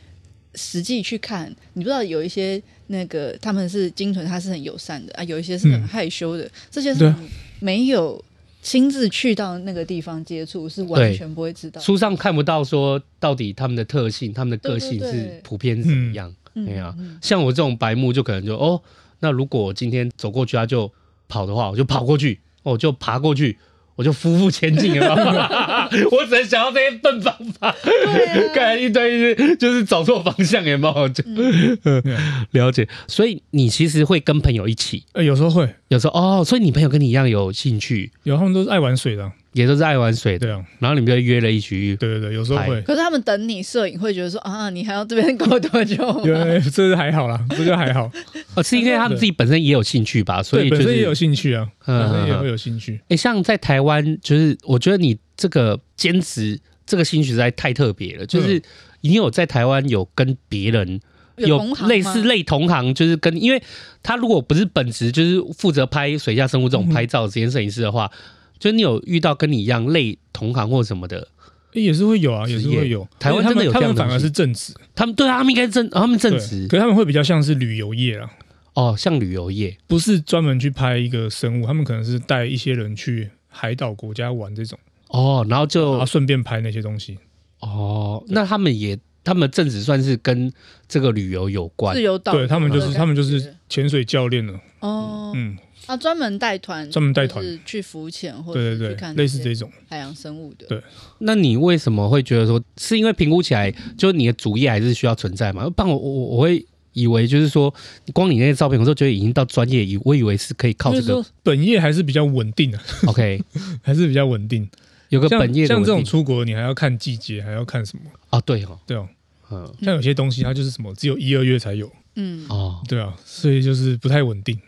Speaker 3: 实际去看，你不知道有一些那个他们是鲸豚，它是很友善的啊，有一些是很
Speaker 4: 嗯
Speaker 3: 害羞的，这些
Speaker 4: 对
Speaker 3: 是
Speaker 4: 啊
Speaker 3: 你没有亲自去到那个地方接触，是完
Speaker 2: 对
Speaker 3: 全不会知道的。
Speaker 2: 书上看不到说到底他们的特性、他们的个性
Speaker 3: 对对对
Speaker 2: 是普遍是怎么样。
Speaker 3: 嗯
Speaker 2: 哎呀
Speaker 3: 嗯
Speaker 2: 像我这种白目，就可能就哦，那如果我今天走过去，他就跑的话，我就跑过去，哦我就爬过去，我就夫妇前进 了。我只能想到这些笨方法，
Speaker 3: 对啊
Speaker 2: 看来一堆就是找错方向，有没有？就、
Speaker 3: 嗯
Speaker 2: 了解。所以你其实会跟朋友一起，
Speaker 4: 呃，有时候会
Speaker 2: 有时候哦，所以你朋友跟你一样有兴趣，
Speaker 4: 有，他们都是爱玩水的啊、
Speaker 2: 也都是爱玩水的，
Speaker 4: 对啊，
Speaker 2: 然后你们就约了一起。
Speaker 4: 对对对，有时候会。
Speaker 3: 可是他们等你摄影会觉得说啊，你还要这边搞多久吗？
Speaker 4: 有，有有这是还好啦，这个还好，
Speaker 2: 哦，是因为他们自己本身也有兴趣吧， 所以
Speaker 4: 对，
Speaker 2: 就
Speaker 4: 本
Speaker 2: 是
Speaker 4: 身也有兴趣啊，
Speaker 2: 嗯
Speaker 4: 本身也
Speaker 2: 嗯嗯
Speaker 4: 会有兴趣。
Speaker 2: 哎、像在台湾，就是我觉得你这个兼职这个兴趣实在太特别了，
Speaker 4: 嗯
Speaker 2: 就是你有在台湾有跟别人。有
Speaker 3: 同行吗
Speaker 2: 类似类同行，就是跟，因为他如果不是本职，就是负责拍水下生物这
Speaker 4: 嗯
Speaker 2: 种拍照的职业摄影师的话，就是你有遇到跟你一样类同行或什么的，
Speaker 4: 欸也是会有啊，也是
Speaker 2: 职业
Speaker 4: 会有。
Speaker 2: 台湾真的有
Speaker 4: 他们他们
Speaker 2: 这样的东西
Speaker 4: 反而是正职，
Speaker 2: 他们对啊，他们应该是正，他们正
Speaker 4: 对
Speaker 2: 职
Speaker 4: 可是他们会比较像是旅游业啊，
Speaker 2: 哦，像旅游业
Speaker 4: 不是专门去拍一个生物，他们可能是带一些人去海岛国家玩这种，
Speaker 2: 哦，然后
Speaker 4: 然
Speaker 2: 就
Speaker 4: 后顺便拍那些东西。
Speaker 2: 哦，那他们也他们正职算是跟这个旅游有关
Speaker 3: 自，由岛，
Speaker 4: 对他们就是
Speaker 3: 对
Speaker 4: 他们就是潜水教练了，
Speaker 3: 哦
Speaker 4: 嗯，
Speaker 3: 啊，专门带团，
Speaker 4: 专门带团
Speaker 3: 就是去浮潜或者
Speaker 4: 对
Speaker 3: 是
Speaker 4: 对
Speaker 3: 去
Speaker 4: 对，
Speaker 3: 看
Speaker 4: 类似
Speaker 3: 些
Speaker 4: 这种。
Speaker 3: 海洋生物的。
Speaker 4: 对
Speaker 2: 那你为什么会觉得说，是因为评估起来，就是你的主业还是需要存在嘛？不然我我我会以为就是说，光你那些照片，我都觉得已经到专业，以我以为是可以靠
Speaker 4: 就
Speaker 2: 这
Speaker 4: 是
Speaker 2: 个
Speaker 4: 说本业还是比较稳定的，
Speaker 2: OK，
Speaker 4: 还是比较稳定。
Speaker 2: 有个
Speaker 4: 像
Speaker 2: 本业的
Speaker 4: 像这
Speaker 2: 稳
Speaker 4: 种
Speaker 2: 定
Speaker 4: 出国，你还要看季节，还要看什么？
Speaker 2: 哦，对哦，
Speaker 4: 对哦，
Speaker 2: 嗯
Speaker 4: 像有些东西它就是什么只有一二月才有，
Speaker 3: 嗯，
Speaker 2: 哦，
Speaker 4: 对啊，所以就是不太稳定。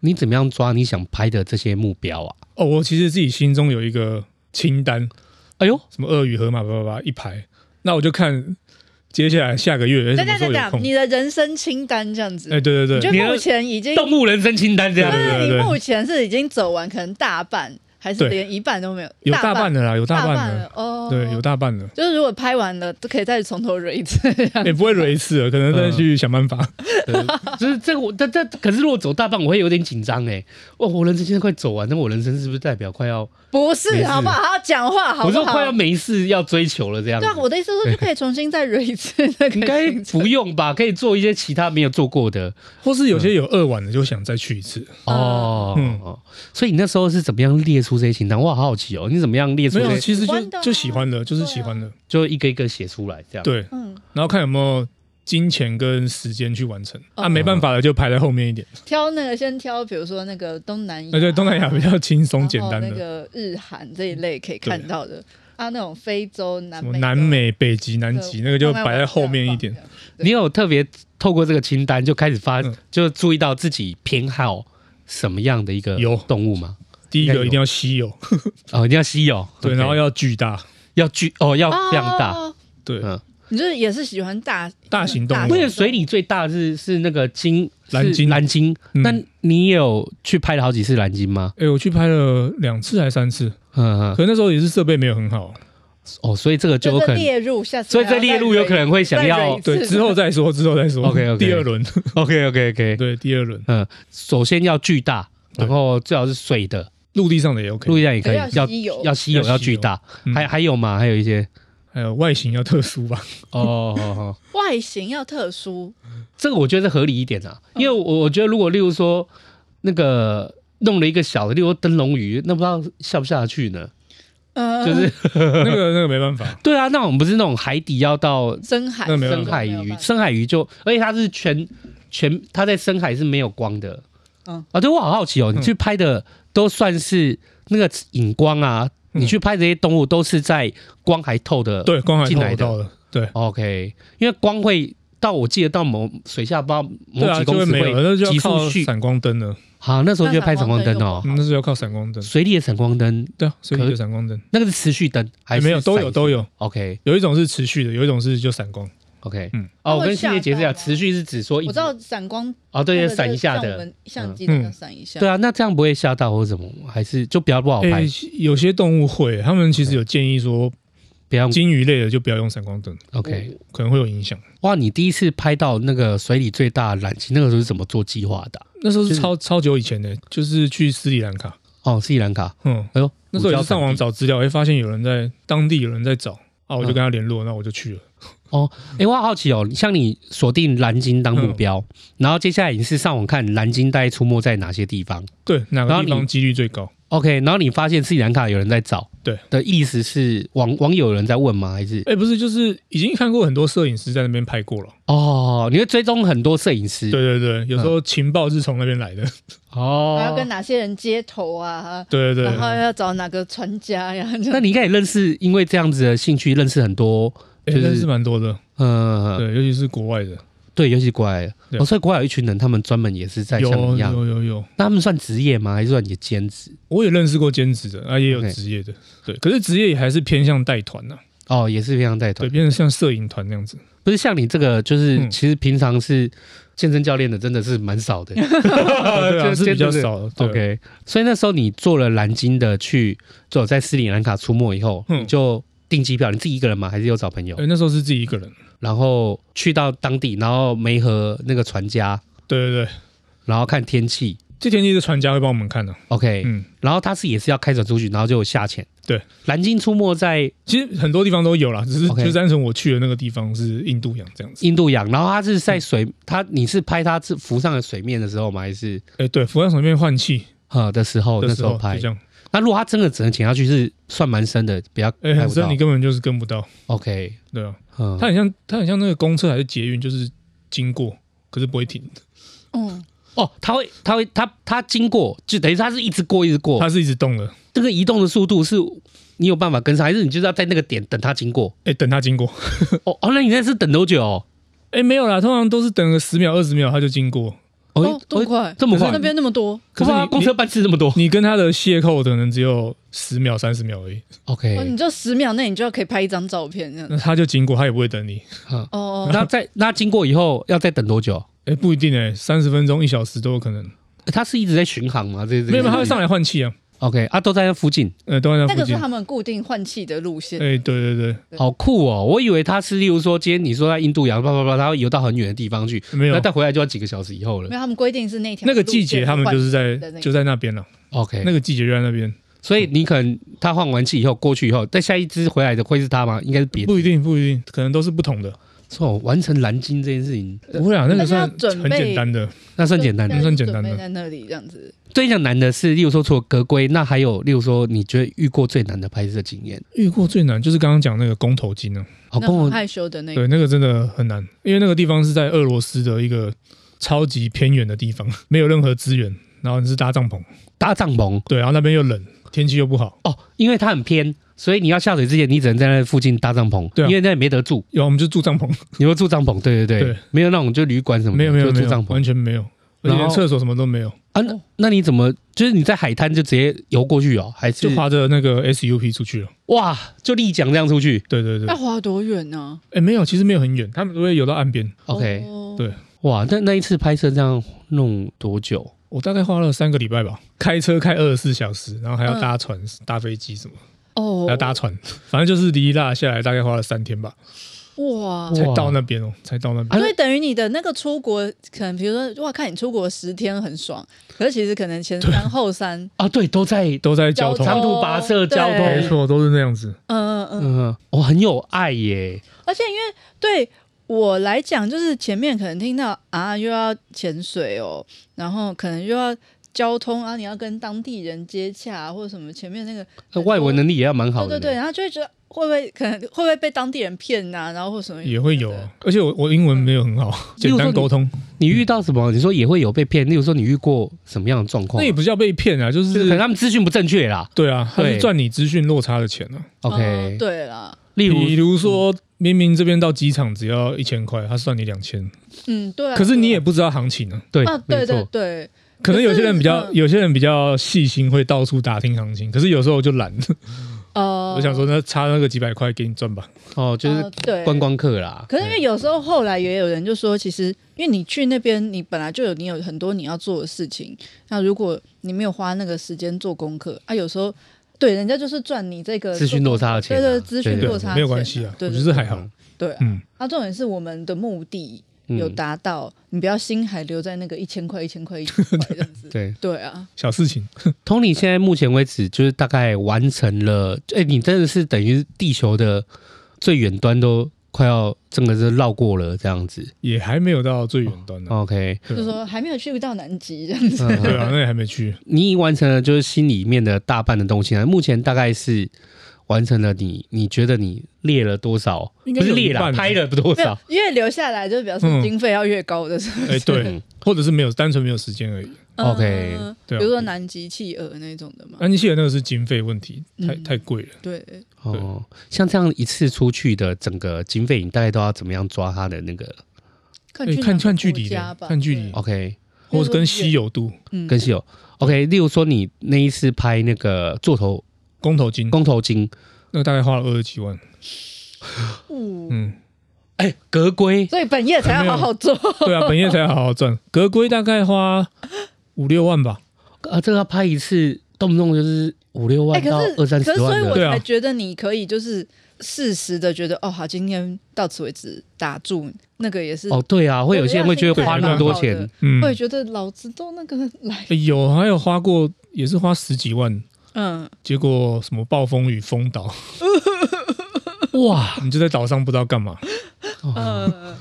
Speaker 2: 你怎么样抓你想拍的这些目标啊？
Speaker 4: 哦，我其实自己心中有一个清单，
Speaker 2: 哎呦，
Speaker 4: 什么鳄鱼、河马，叭叭叭一排。那我就看接下来下个月哎什
Speaker 3: 等
Speaker 4: 么
Speaker 3: 等
Speaker 4: 时候
Speaker 3: 等等，
Speaker 4: 有空。
Speaker 3: 你的人生清单这样子，
Speaker 4: 哎，对对
Speaker 3: 你
Speaker 4: 对，
Speaker 3: 觉
Speaker 2: 你
Speaker 3: 得
Speaker 2: 的
Speaker 4: 哎
Speaker 3: 目前已经，
Speaker 4: 啊
Speaker 2: 动物人生清单这样
Speaker 4: 对
Speaker 2: 子
Speaker 3: 对
Speaker 4: 对
Speaker 3: 你
Speaker 4: 对
Speaker 3: 目前是已经走完可能大半，还是
Speaker 4: 对
Speaker 3: 连一半都没有？
Speaker 4: 有
Speaker 3: 大
Speaker 4: 大半的啦，有
Speaker 3: 大
Speaker 4: 大半
Speaker 3: 半
Speaker 4: 的，
Speaker 3: 哦，
Speaker 4: 对，有大半的，
Speaker 3: 就是如果拍完了，都可以再从头蕊一次。
Speaker 4: 也 不会惹一次了，可能再去想办法。
Speaker 2: 对就是这个我，但但可是如果走大半，我会有点紧张哎。哇，我人生现在快走完，那我人生是不是代表快要，
Speaker 3: 不
Speaker 2: 没
Speaker 3: 是，
Speaker 2: 事
Speaker 3: 好不好？好好讲话，好
Speaker 2: 我
Speaker 3: 不
Speaker 2: 说
Speaker 3: 好？
Speaker 2: 快要没事要追求了这样子
Speaker 3: 对啊，？我的意思说就可以重新再蕊一次那个
Speaker 2: 应该
Speaker 3: 行程
Speaker 2: 不用吧？可以做一些其他没有做过的
Speaker 4: 或是有些有二晚的，就想再去一次。
Speaker 2: 哦。
Speaker 4: 嗯
Speaker 2: 哦所以你那时候是怎么样列出这些清单？我好好奇哦，你怎么样列出
Speaker 4: 没有，
Speaker 2: 这？
Speaker 4: 其实
Speaker 3: 喜
Speaker 4: 就
Speaker 3: 欢的啊
Speaker 4: 就喜欢的，就是喜欢的，
Speaker 2: 就一个一个写出来这样？，
Speaker 4: 对。
Speaker 3: 嗯，
Speaker 4: 然后看有没有金钱跟时间去完成。
Speaker 3: 哦
Speaker 4: 啊，没办法了，就排在后面一点。
Speaker 3: 挑那个先挑，比如说那个东南亚，
Speaker 4: 那 对东南亚比较轻松简单
Speaker 3: 然后那
Speaker 4: 的，
Speaker 3: 个日韩这一类可以看到的啊，那种非洲、南
Speaker 4: 什么
Speaker 3: 美、
Speaker 4: 南美、北极、南
Speaker 3: 对
Speaker 4: 极，那个就摆在后面一点。。
Speaker 2: 你有特别透过这个清单就开始发，
Speaker 4: 嗯
Speaker 2: 就注意到自己偏好什么样的一个
Speaker 4: 有
Speaker 2: 动物吗？
Speaker 4: 第一
Speaker 2: 应该
Speaker 4: 个
Speaker 2: 有
Speaker 4: 一定要稀有，
Speaker 2: 哦，一定要稀有，
Speaker 4: 对，
Speaker 2: OK
Speaker 4: 然后要巨大，
Speaker 2: 要巨哦，要
Speaker 3: 哦
Speaker 4: 啊
Speaker 2: 非常大。
Speaker 4: 对，
Speaker 2: 嗯
Speaker 3: 你就是也是喜欢大
Speaker 4: 大型动
Speaker 2: 我
Speaker 4: 物
Speaker 2: 以为水里最大是是那个鲸，是
Speaker 4: 蓝鲸
Speaker 2: 蓝鲸。
Speaker 4: 嗯
Speaker 2: 那你有去拍了好几次蓝鲸吗？
Speaker 4: 哎，我去拍了两次还是三次，
Speaker 2: 嗯嗯，
Speaker 4: 可那时候也是设备没有很好，
Speaker 2: 哦，所以这个就有
Speaker 3: 就是
Speaker 2: 可 能，
Speaker 3: 列入，下次
Speaker 2: 所以这列入有可能会想
Speaker 3: 再忍
Speaker 2: 要
Speaker 3: 一次
Speaker 4: 对，之后 再说，之后再说。
Speaker 2: OK，OK
Speaker 4: 第二轮，
Speaker 2: OK OK OK，
Speaker 4: 对，第二轮，
Speaker 2: 嗯，首先要巨大，
Speaker 4: 对
Speaker 2: 然后最好是水的，
Speaker 4: 陆地上的也 OK，
Speaker 2: 陆地上也可以，要
Speaker 3: 要稀有
Speaker 2: 要稀有，
Speaker 4: 要稀有
Speaker 2: 要巨大，
Speaker 4: 嗯
Speaker 2: 还还有吗？还有一些
Speaker 4: 还有外形要特殊 吧，
Speaker 2: 哦哦哦哦，
Speaker 3: 外形要特殊，
Speaker 2: 这个我觉得合理一点啊，因为我我觉得如果例如说那个弄了一个小的，例如说灯笼鱼，那不知道下不下得去呢？
Speaker 3: 呃，
Speaker 2: 就是
Speaker 4: 那个那个没办法，
Speaker 2: 对啊，那我们不是那种海底要到
Speaker 3: 深海
Speaker 4: 那没有办
Speaker 2: 深
Speaker 4: 法
Speaker 2: 海鱼，深海鱼就，而且它是全全，它在深海是没有光的。
Speaker 3: 嗯
Speaker 2: 啊，对我好好奇哦，你去拍的都算是那个影光啊，
Speaker 4: 嗯
Speaker 2: 你去拍这些动物都是在光还透的。
Speaker 4: 对，光
Speaker 2: 进
Speaker 4: 海
Speaker 2: 来
Speaker 4: 透
Speaker 2: 的
Speaker 4: 到了，对，
Speaker 2: ，OK，因为光会到，我记得到某水下不知道
Speaker 4: 对
Speaker 2: 某
Speaker 4: 啊，
Speaker 2: 几
Speaker 4: 就
Speaker 2: 公
Speaker 4: 会
Speaker 2: 尺
Speaker 4: 没有，那
Speaker 2: 会
Speaker 4: 就要
Speaker 2: 急
Speaker 4: 靠
Speaker 2: 速去。
Speaker 4: 闪光灯了，
Speaker 2: 好，那时候就会拍闪光灯哦，
Speaker 4: 嗯那是要靠闪光灯，
Speaker 2: 水里的闪光灯，
Speaker 4: 对啊，所以
Speaker 2: 可
Speaker 4: 有闪光灯，
Speaker 2: 那个是持续灯还
Speaker 4: 哎
Speaker 2: 是
Speaker 4: 没有都有都
Speaker 2: 有
Speaker 4: 有，
Speaker 2: ？OK
Speaker 4: 有一种是持续的，有一种是就闪光，
Speaker 2: OK，
Speaker 4: 嗯
Speaker 2: 哦，我
Speaker 3: 那会
Speaker 2: 跟欣
Speaker 3: 吓
Speaker 2: 姐解释一
Speaker 3: 到
Speaker 2: 下，
Speaker 3: 吗
Speaker 2: 持续是指说一
Speaker 3: 我
Speaker 2: 直
Speaker 3: 知道闪光，
Speaker 2: 哦，
Speaker 3: 那
Speaker 2: 对，
Speaker 3: 个
Speaker 2: 闪一下
Speaker 3: 就是像
Speaker 2: 的，
Speaker 3: 我们
Speaker 4: 嗯
Speaker 3: 相机那样闪一下，
Speaker 2: 对啊，那这样不会吓到或者什么吗？还是就比较不好拍
Speaker 4: 哎，，有些动物会，他们其实有建议说，
Speaker 2: 不要
Speaker 4: 金鱼类的就不要用闪光灯，
Speaker 2: OK。
Speaker 4: 可能会有影响。
Speaker 2: 哇，你第一次拍到那个水里最大的蓝鲸，那个时候是怎么做计划的啊、
Speaker 4: 那时候
Speaker 2: 就是是
Speaker 4: 超超久以前的，就是去斯里兰卡，
Speaker 2: 哦，斯里兰卡，
Speaker 4: 嗯，
Speaker 2: 哎呦，
Speaker 4: 那时候也是上网
Speaker 2: 找。
Speaker 4: 找资料，哎，发现有人在当地有人在找，啊，
Speaker 2: 嗯
Speaker 4: 我就跟他联络，那我就去了。
Speaker 2: 哎，我好奇哦，像你锁定蓝鲸当目
Speaker 4: 嗯
Speaker 2: 标，然后接下来你是上网看蓝鲸大概出没在哪些地方
Speaker 4: 对，哪
Speaker 2: 然后
Speaker 4: 个地
Speaker 2: 你
Speaker 4: 方几率最高？
Speaker 2: ？OK，然后你发现斯里兰卡有人在找，
Speaker 4: 对
Speaker 2: 的意思是网网友有人在问吗？还是
Speaker 4: 哎，不是，就是已经看过很多摄影师在那边拍过了。
Speaker 2: 哦，你会追踪很多摄影师？
Speaker 4: 对对对，有
Speaker 2: 嗯
Speaker 4: 时候情报是从那边来的。
Speaker 3: 还要
Speaker 2: 哦
Speaker 3: 跟，哪些人接头啊？
Speaker 4: 对对
Speaker 3: 然后
Speaker 4: 对，
Speaker 3: 要找哪个船家呀？
Speaker 2: 那你应该也认识，因为这样子的兴趣认识很多，就
Speaker 4: 哎，但
Speaker 2: 是
Speaker 4: 是蛮多的，
Speaker 2: 嗯，
Speaker 4: 对，尤其是国外的，
Speaker 2: 对，尤其国外，
Speaker 4: 对
Speaker 2: 哦，所以国外有一群人，他们专门也是在像你
Speaker 4: 有
Speaker 2: 一样，
Speaker 4: 有有有，
Speaker 2: 那他们算职业吗？还是算你的兼职？
Speaker 4: 我也认识过兼职的，啊，也有
Speaker 2: OK
Speaker 4: 职业的，对，可是职业也还是偏向带团呐，
Speaker 2: 哦，也是非常带
Speaker 4: 对，
Speaker 2: 团，
Speaker 4: 变成像摄影团 那样子。
Speaker 2: 不是像你这个，就是、
Speaker 4: 嗯
Speaker 2: 其实平常是健身教练的，真的是蛮少的，
Speaker 4: 对啊，
Speaker 2: 就是
Speaker 4: 比较
Speaker 2: 是
Speaker 4: 少 的。对
Speaker 2: OK，所以那时候你做了蓝鲸的去，走在斯里兰卡出没以后，
Speaker 4: 嗯
Speaker 2: 你就订机票，你自己一个人吗？还是有找朋友？
Speaker 4: 哎，那时候是自己一个人。
Speaker 2: 然后去到当地，然后没和那个船家，
Speaker 4: 对对对，
Speaker 2: 然后看天气。
Speaker 4: 这天气的船家会帮我们看的、
Speaker 2: OK，、
Speaker 4: 嗯，
Speaker 2: 然后他是也是要开船出去，然后就有下潜。
Speaker 4: 对，
Speaker 2: 蓝鲸出没在
Speaker 4: 其实很多地方都有啦，只是
Speaker 2: OK
Speaker 4: 就单纯我去的那个地方是印度洋这样子。
Speaker 2: 印度洋，然后它是在水，
Speaker 4: 嗯
Speaker 2: 它你是拍它是浮上了水面的时候吗？还是
Speaker 4: 哎，对，浮上水面换气
Speaker 2: 呃的时候？
Speaker 4: 的
Speaker 2: 那
Speaker 4: 时
Speaker 2: 时
Speaker 4: 候
Speaker 2: 候
Speaker 4: 就
Speaker 2: 拍
Speaker 4: 这。样，
Speaker 2: 那如果它真的只能潜下去，是算蛮深的，比较
Speaker 4: 哎，
Speaker 2: 拍
Speaker 4: 很
Speaker 2: 不到
Speaker 4: 深，。你根本就是跟不到。
Speaker 2: OK，
Speaker 4: 对啊，
Speaker 2: 嗯
Speaker 4: 它，很像，它很像那个公车还是捷运，就是经过，可是不会停，
Speaker 3: 嗯，
Speaker 2: 哦，它会，它会，它它经过，就等于是它是一直过，一直过
Speaker 4: 它。是一直动的。
Speaker 2: 这个移动的速度是你有办法跟上，还是你就是要在那个点等它经 过？
Speaker 4: 哎，等它经过。
Speaker 2: 哦哦，那你那是等多久？哦，
Speaker 4: 哎，没有啦，通常都是等个十秒、二十秒它就经过。
Speaker 3: 哦，这么
Speaker 2: 哦
Speaker 3: 快，
Speaker 2: 这么
Speaker 3: 可是
Speaker 2: 快
Speaker 3: 那边那么多，
Speaker 4: 可是
Speaker 2: 哇
Speaker 4: 你
Speaker 2: 公车班次这么多。
Speaker 4: 你跟它的邂逅可能只有十秒、三十秒而已，
Speaker 3: 哦，你
Speaker 2: OK，
Speaker 3: 就十秒内你就要可以拍一张照片这样。
Speaker 4: 那它就经过，它也不会等你。
Speaker 2: 嗯，
Speaker 3: 哦，
Speaker 2: 那在那经过以后要再等多久？
Speaker 4: 哎，不一定哎，三十分钟、一小时都有可能。
Speaker 2: 它是一直在巡航吗？这
Speaker 4: 没有，没有它会上来换气啊。
Speaker 2: OK 啊，都在那附近，
Speaker 4: 呃，都在
Speaker 3: 那
Speaker 4: 附
Speaker 3: 个是
Speaker 4: 近。
Speaker 3: 他们固定换气的路线。
Speaker 4: 哎，对对对，
Speaker 3: 对
Speaker 2: 好酷哦！我以为他是，例如说，今天你说在印度洋，叭叭叭，他会游到很远的地方去，
Speaker 4: 没有
Speaker 2: 那再回来就要几个小时以后了。
Speaker 3: 没有，他们规定是那条
Speaker 4: 那个
Speaker 3: 路
Speaker 4: 季节
Speaker 3: 线
Speaker 4: 他们
Speaker 3: 换
Speaker 4: 就是在
Speaker 3: 的那个
Speaker 4: 就在那边了，
Speaker 2: OK，
Speaker 4: 那个季节就在那边，
Speaker 2: 所以你可能他换完气以后过去以后，再下一只回来的会是他吗？应该是别的
Speaker 4: 不一定不一定，可能都是不同的。
Speaker 2: 错，完成蓝鲸这件事情，
Speaker 4: 不会啊，那
Speaker 3: 那
Speaker 4: 个
Speaker 3: 就
Speaker 4: 算
Speaker 3: 要准
Speaker 4: 很简
Speaker 3: 备
Speaker 4: 单的，
Speaker 2: 那算简单
Speaker 3: 对
Speaker 2: 的。
Speaker 4: 算简单
Speaker 3: 准备
Speaker 4: 的
Speaker 3: 在那里这样子。
Speaker 2: 最讲难的是，例如说除了格龟，那还有例如说，你觉得遇过最难的拍摄经验？
Speaker 4: 遇过最难就是刚刚讲那个公头金啊，
Speaker 2: 好，
Speaker 3: 那
Speaker 2: 跟我
Speaker 3: 很害羞的那个，
Speaker 4: 对，那个真的很难，因为那个地方是在俄罗斯的一个超级偏远的地方，没有任何资源，然后你是搭帐篷，
Speaker 2: 搭帐篷
Speaker 4: 对，然后那边又冷，天气又不好，
Speaker 2: 哦，因为它很偏，所以你要下水之前，你只能在那附近搭帐篷，
Speaker 4: 对啊
Speaker 2: 因为那也没得住，
Speaker 4: 然后我们就住帐篷，
Speaker 2: 你会住帐篷，对对对，
Speaker 4: 对
Speaker 2: 没有那种就旅馆什么的，
Speaker 4: 没有没
Speaker 2: 嗯
Speaker 4: 有
Speaker 2: 就
Speaker 4: 没
Speaker 2: 住
Speaker 4: 有
Speaker 2: 帐，篷
Speaker 4: 完全哦没有，而
Speaker 2: 然
Speaker 4: 且
Speaker 2: 后
Speaker 4: 连厕所什么都没有，
Speaker 2: 啊。那那你怎么就是你在海滩就直接游过去哦，还是
Speaker 4: 就划着那个 SUP 出去了，
Speaker 2: 哇就立桨这样出去
Speaker 4: 对对对
Speaker 3: 要，滑多远呢
Speaker 4: 哎，没有，其实没有很远，他们都会游到岸边，
Speaker 2: ？OK，、
Speaker 3: 哦
Speaker 4: 对
Speaker 2: 哇，那那一次拍摄这样弄多久？
Speaker 4: 我大概花了三个礼拜吧，开车开二十四小时，然后还要搭船、搭飞机什么，
Speaker 3: 哦，
Speaker 4: 还要搭船，反正就是离拉下来大概花了三天吧，
Speaker 3: 哇。
Speaker 4: 才到那边哦，才到那边。
Speaker 2: 啊
Speaker 3: 所以等于你的那个出国，可能比如说，哇，看你出国十天很爽，可是其实可能前三后三，
Speaker 2: 啊，对，都在
Speaker 4: 都在交通，
Speaker 3: 交
Speaker 2: 长
Speaker 3: 通
Speaker 2: 途跋涉
Speaker 3: 对
Speaker 2: 交通，
Speaker 4: 没错，都是那样子。
Speaker 3: 嗯嗯嗯，
Speaker 2: 嗯，我很有爱耶，
Speaker 3: 而且因为对我来讲，就是前面可能听到啊，又要潜水哦，然后可能又要交通啊，你要跟当地人接洽、啊或者什么，前面那个
Speaker 2: 那外文能力也要蛮好
Speaker 3: 对
Speaker 2: 的
Speaker 3: 对
Speaker 2: 呢。
Speaker 3: 对，然后就会觉得会不会可能会不会被当地人骗呐、然后或什么
Speaker 4: 也会有啊，而且我我英文没有很好，
Speaker 2: 例
Speaker 4: 简
Speaker 2: 如说
Speaker 4: 单沟通，
Speaker 2: 你遇到什么？你说也会有被骗，例如说你遇过什么样的状况
Speaker 4: 那
Speaker 2: 啊？
Speaker 4: 也不叫被骗啊，就
Speaker 2: 就是可能
Speaker 4: 是
Speaker 2: 他们资讯不正确啦。
Speaker 4: 对啊，他
Speaker 2: 对
Speaker 4: 是赚你资讯落差的钱啊。
Speaker 2: OK，
Speaker 3: 嗯对啦，
Speaker 2: 例
Speaker 4: 比
Speaker 2: 如
Speaker 4: 如说，明明这边到机场只要一千块，他算你两千，
Speaker 3: 嗯对啊、
Speaker 4: 可是你也
Speaker 3: 对
Speaker 4: 不知道行情啊。
Speaker 2: 对
Speaker 3: 啊，啊，对
Speaker 2: 没
Speaker 3: 对
Speaker 2: 错，
Speaker 3: 对，
Speaker 4: 可能有些人比
Speaker 3: 可
Speaker 4: 较，
Speaker 3: 是嗯
Speaker 4: 有些人比较细心，会到处打听行情。可是有时候我就懒，啊
Speaker 3: 呃，
Speaker 4: 我想说，那差那个几百块给你赚吧。
Speaker 2: 哦，就是
Speaker 3: 呃对
Speaker 2: 观光客啦。
Speaker 3: 可是因为有时候后来也有人就说，其实因为你去那边，你本来就有你有很多你要做的事情，那如果你没有花那个时间做功课，啊，有时候对人家就是赚你这个
Speaker 2: 资讯落差的钱啊
Speaker 3: 对对，资讯
Speaker 2: 对
Speaker 3: 落差
Speaker 4: 没有关系啊，
Speaker 3: 对
Speaker 4: 我
Speaker 3: 对
Speaker 4: 觉得还好。
Speaker 3: 对啊。
Speaker 4: 嗯，
Speaker 3: 啊，重点是我们的目的
Speaker 2: 嗯
Speaker 3: 有达到，你不要心还留在那个一千块、一千块、一千块这样 子。
Speaker 2: 对
Speaker 3: 对啊，
Speaker 4: 小事情。
Speaker 2: ，Tony 现在目前为止就是大概完成了，哎，你真的是等于地球的最远端都快要真的是绕过了这样子。
Speaker 4: 也还没有到最远端呢、
Speaker 3: 哦
Speaker 2: OK，
Speaker 4: 对啊
Speaker 3: 就说还没有去到南极这样子。
Speaker 2: 嗯
Speaker 4: 对啊，那也还没去。
Speaker 2: 你已经完成了就是心里面的大半的东西啊。目前大概是完成了你，你觉得你列了多少？
Speaker 4: 应
Speaker 2: 不
Speaker 4: 该有
Speaker 2: 是列
Speaker 4: 一
Speaker 2: 了，
Speaker 4: 半
Speaker 2: 拍了多
Speaker 3: 没有
Speaker 2: 少？，
Speaker 3: 越留下来就表示
Speaker 4: 嗯
Speaker 3: 经费要越高的时 候。
Speaker 4: 哎、
Speaker 2: 嗯
Speaker 4: 对，或者是没有，单纯没有时间而已。
Speaker 2: OK，
Speaker 3: 嗯比
Speaker 4: 对啊哎
Speaker 3: 如说南极企鹅那种的嘛。
Speaker 4: 安吉希尔那个是经费问题，太
Speaker 3: 嗯
Speaker 4: 太贵了。
Speaker 3: 对，
Speaker 2: 哦，像这样一次出去的整个经费，你大概都要怎么样抓它的那个
Speaker 3: 看
Speaker 4: 哎
Speaker 3: 去哪
Speaker 4: 看
Speaker 3: 个
Speaker 4: 看距
Speaker 3: 国
Speaker 4: 离的
Speaker 3: 家吧
Speaker 4: 看距
Speaker 3: 对
Speaker 4: 离
Speaker 2: ？OK，
Speaker 3: 比如
Speaker 4: 或
Speaker 3: 说
Speaker 4: 者跟稀有度、
Speaker 3: 嗯
Speaker 2: 跟稀有 OK，例如说你那一次拍那个座头
Speaker 4: 公头金，
Speaker 2: 公头鲸，
Speaker 4: 那个大概花了二十几万。
Speaker 3: 嗯
Speaker 4: 嗯，
Speaker 2: 哎、格龟
Speaker 3: 所以本业才要好 好做。
Speaker 4: 对啊，本业才好 好赚。格龟大概花五六万吧。
Speaker 2: 啊，这个要拍一次，动不动就是五六
Speaker 3: 哎，
Speaker 2: 万
Speaker 3: 可
Speaker 2: 到
Speaker 3: 是
Speaker 2: 二三
Speaker 3: 可
Speaker 2: 十
Speaker 3: 是，所
Speaker 2: 万
Speaker 3: 以
Speaker 2: 的。
Speaker 3: 我
Speaker 4: 对啊
Speaker 3: 才觉得你可以就是适时的觉得，哦，好，今天到此为止，打住。那个也是，
Speaker 2: 哦，对啊，会有些人会觉得花那
Speaker 3: 啊
Speaker 2: 么多钱，
Speaker 4: 嗯，
Speaker 3: 我也觉得老子都那个来，
Speaker 4: 哎有还有花过，也是花十几万，
Speaker 3: 嗯，
Speaker 4: 结果什么暴风雨封 岛，
Speaker 2: 哇，
Speaker 4: 你就在岛上不知道干嘛。嗯哦
Speaker 3: 呃，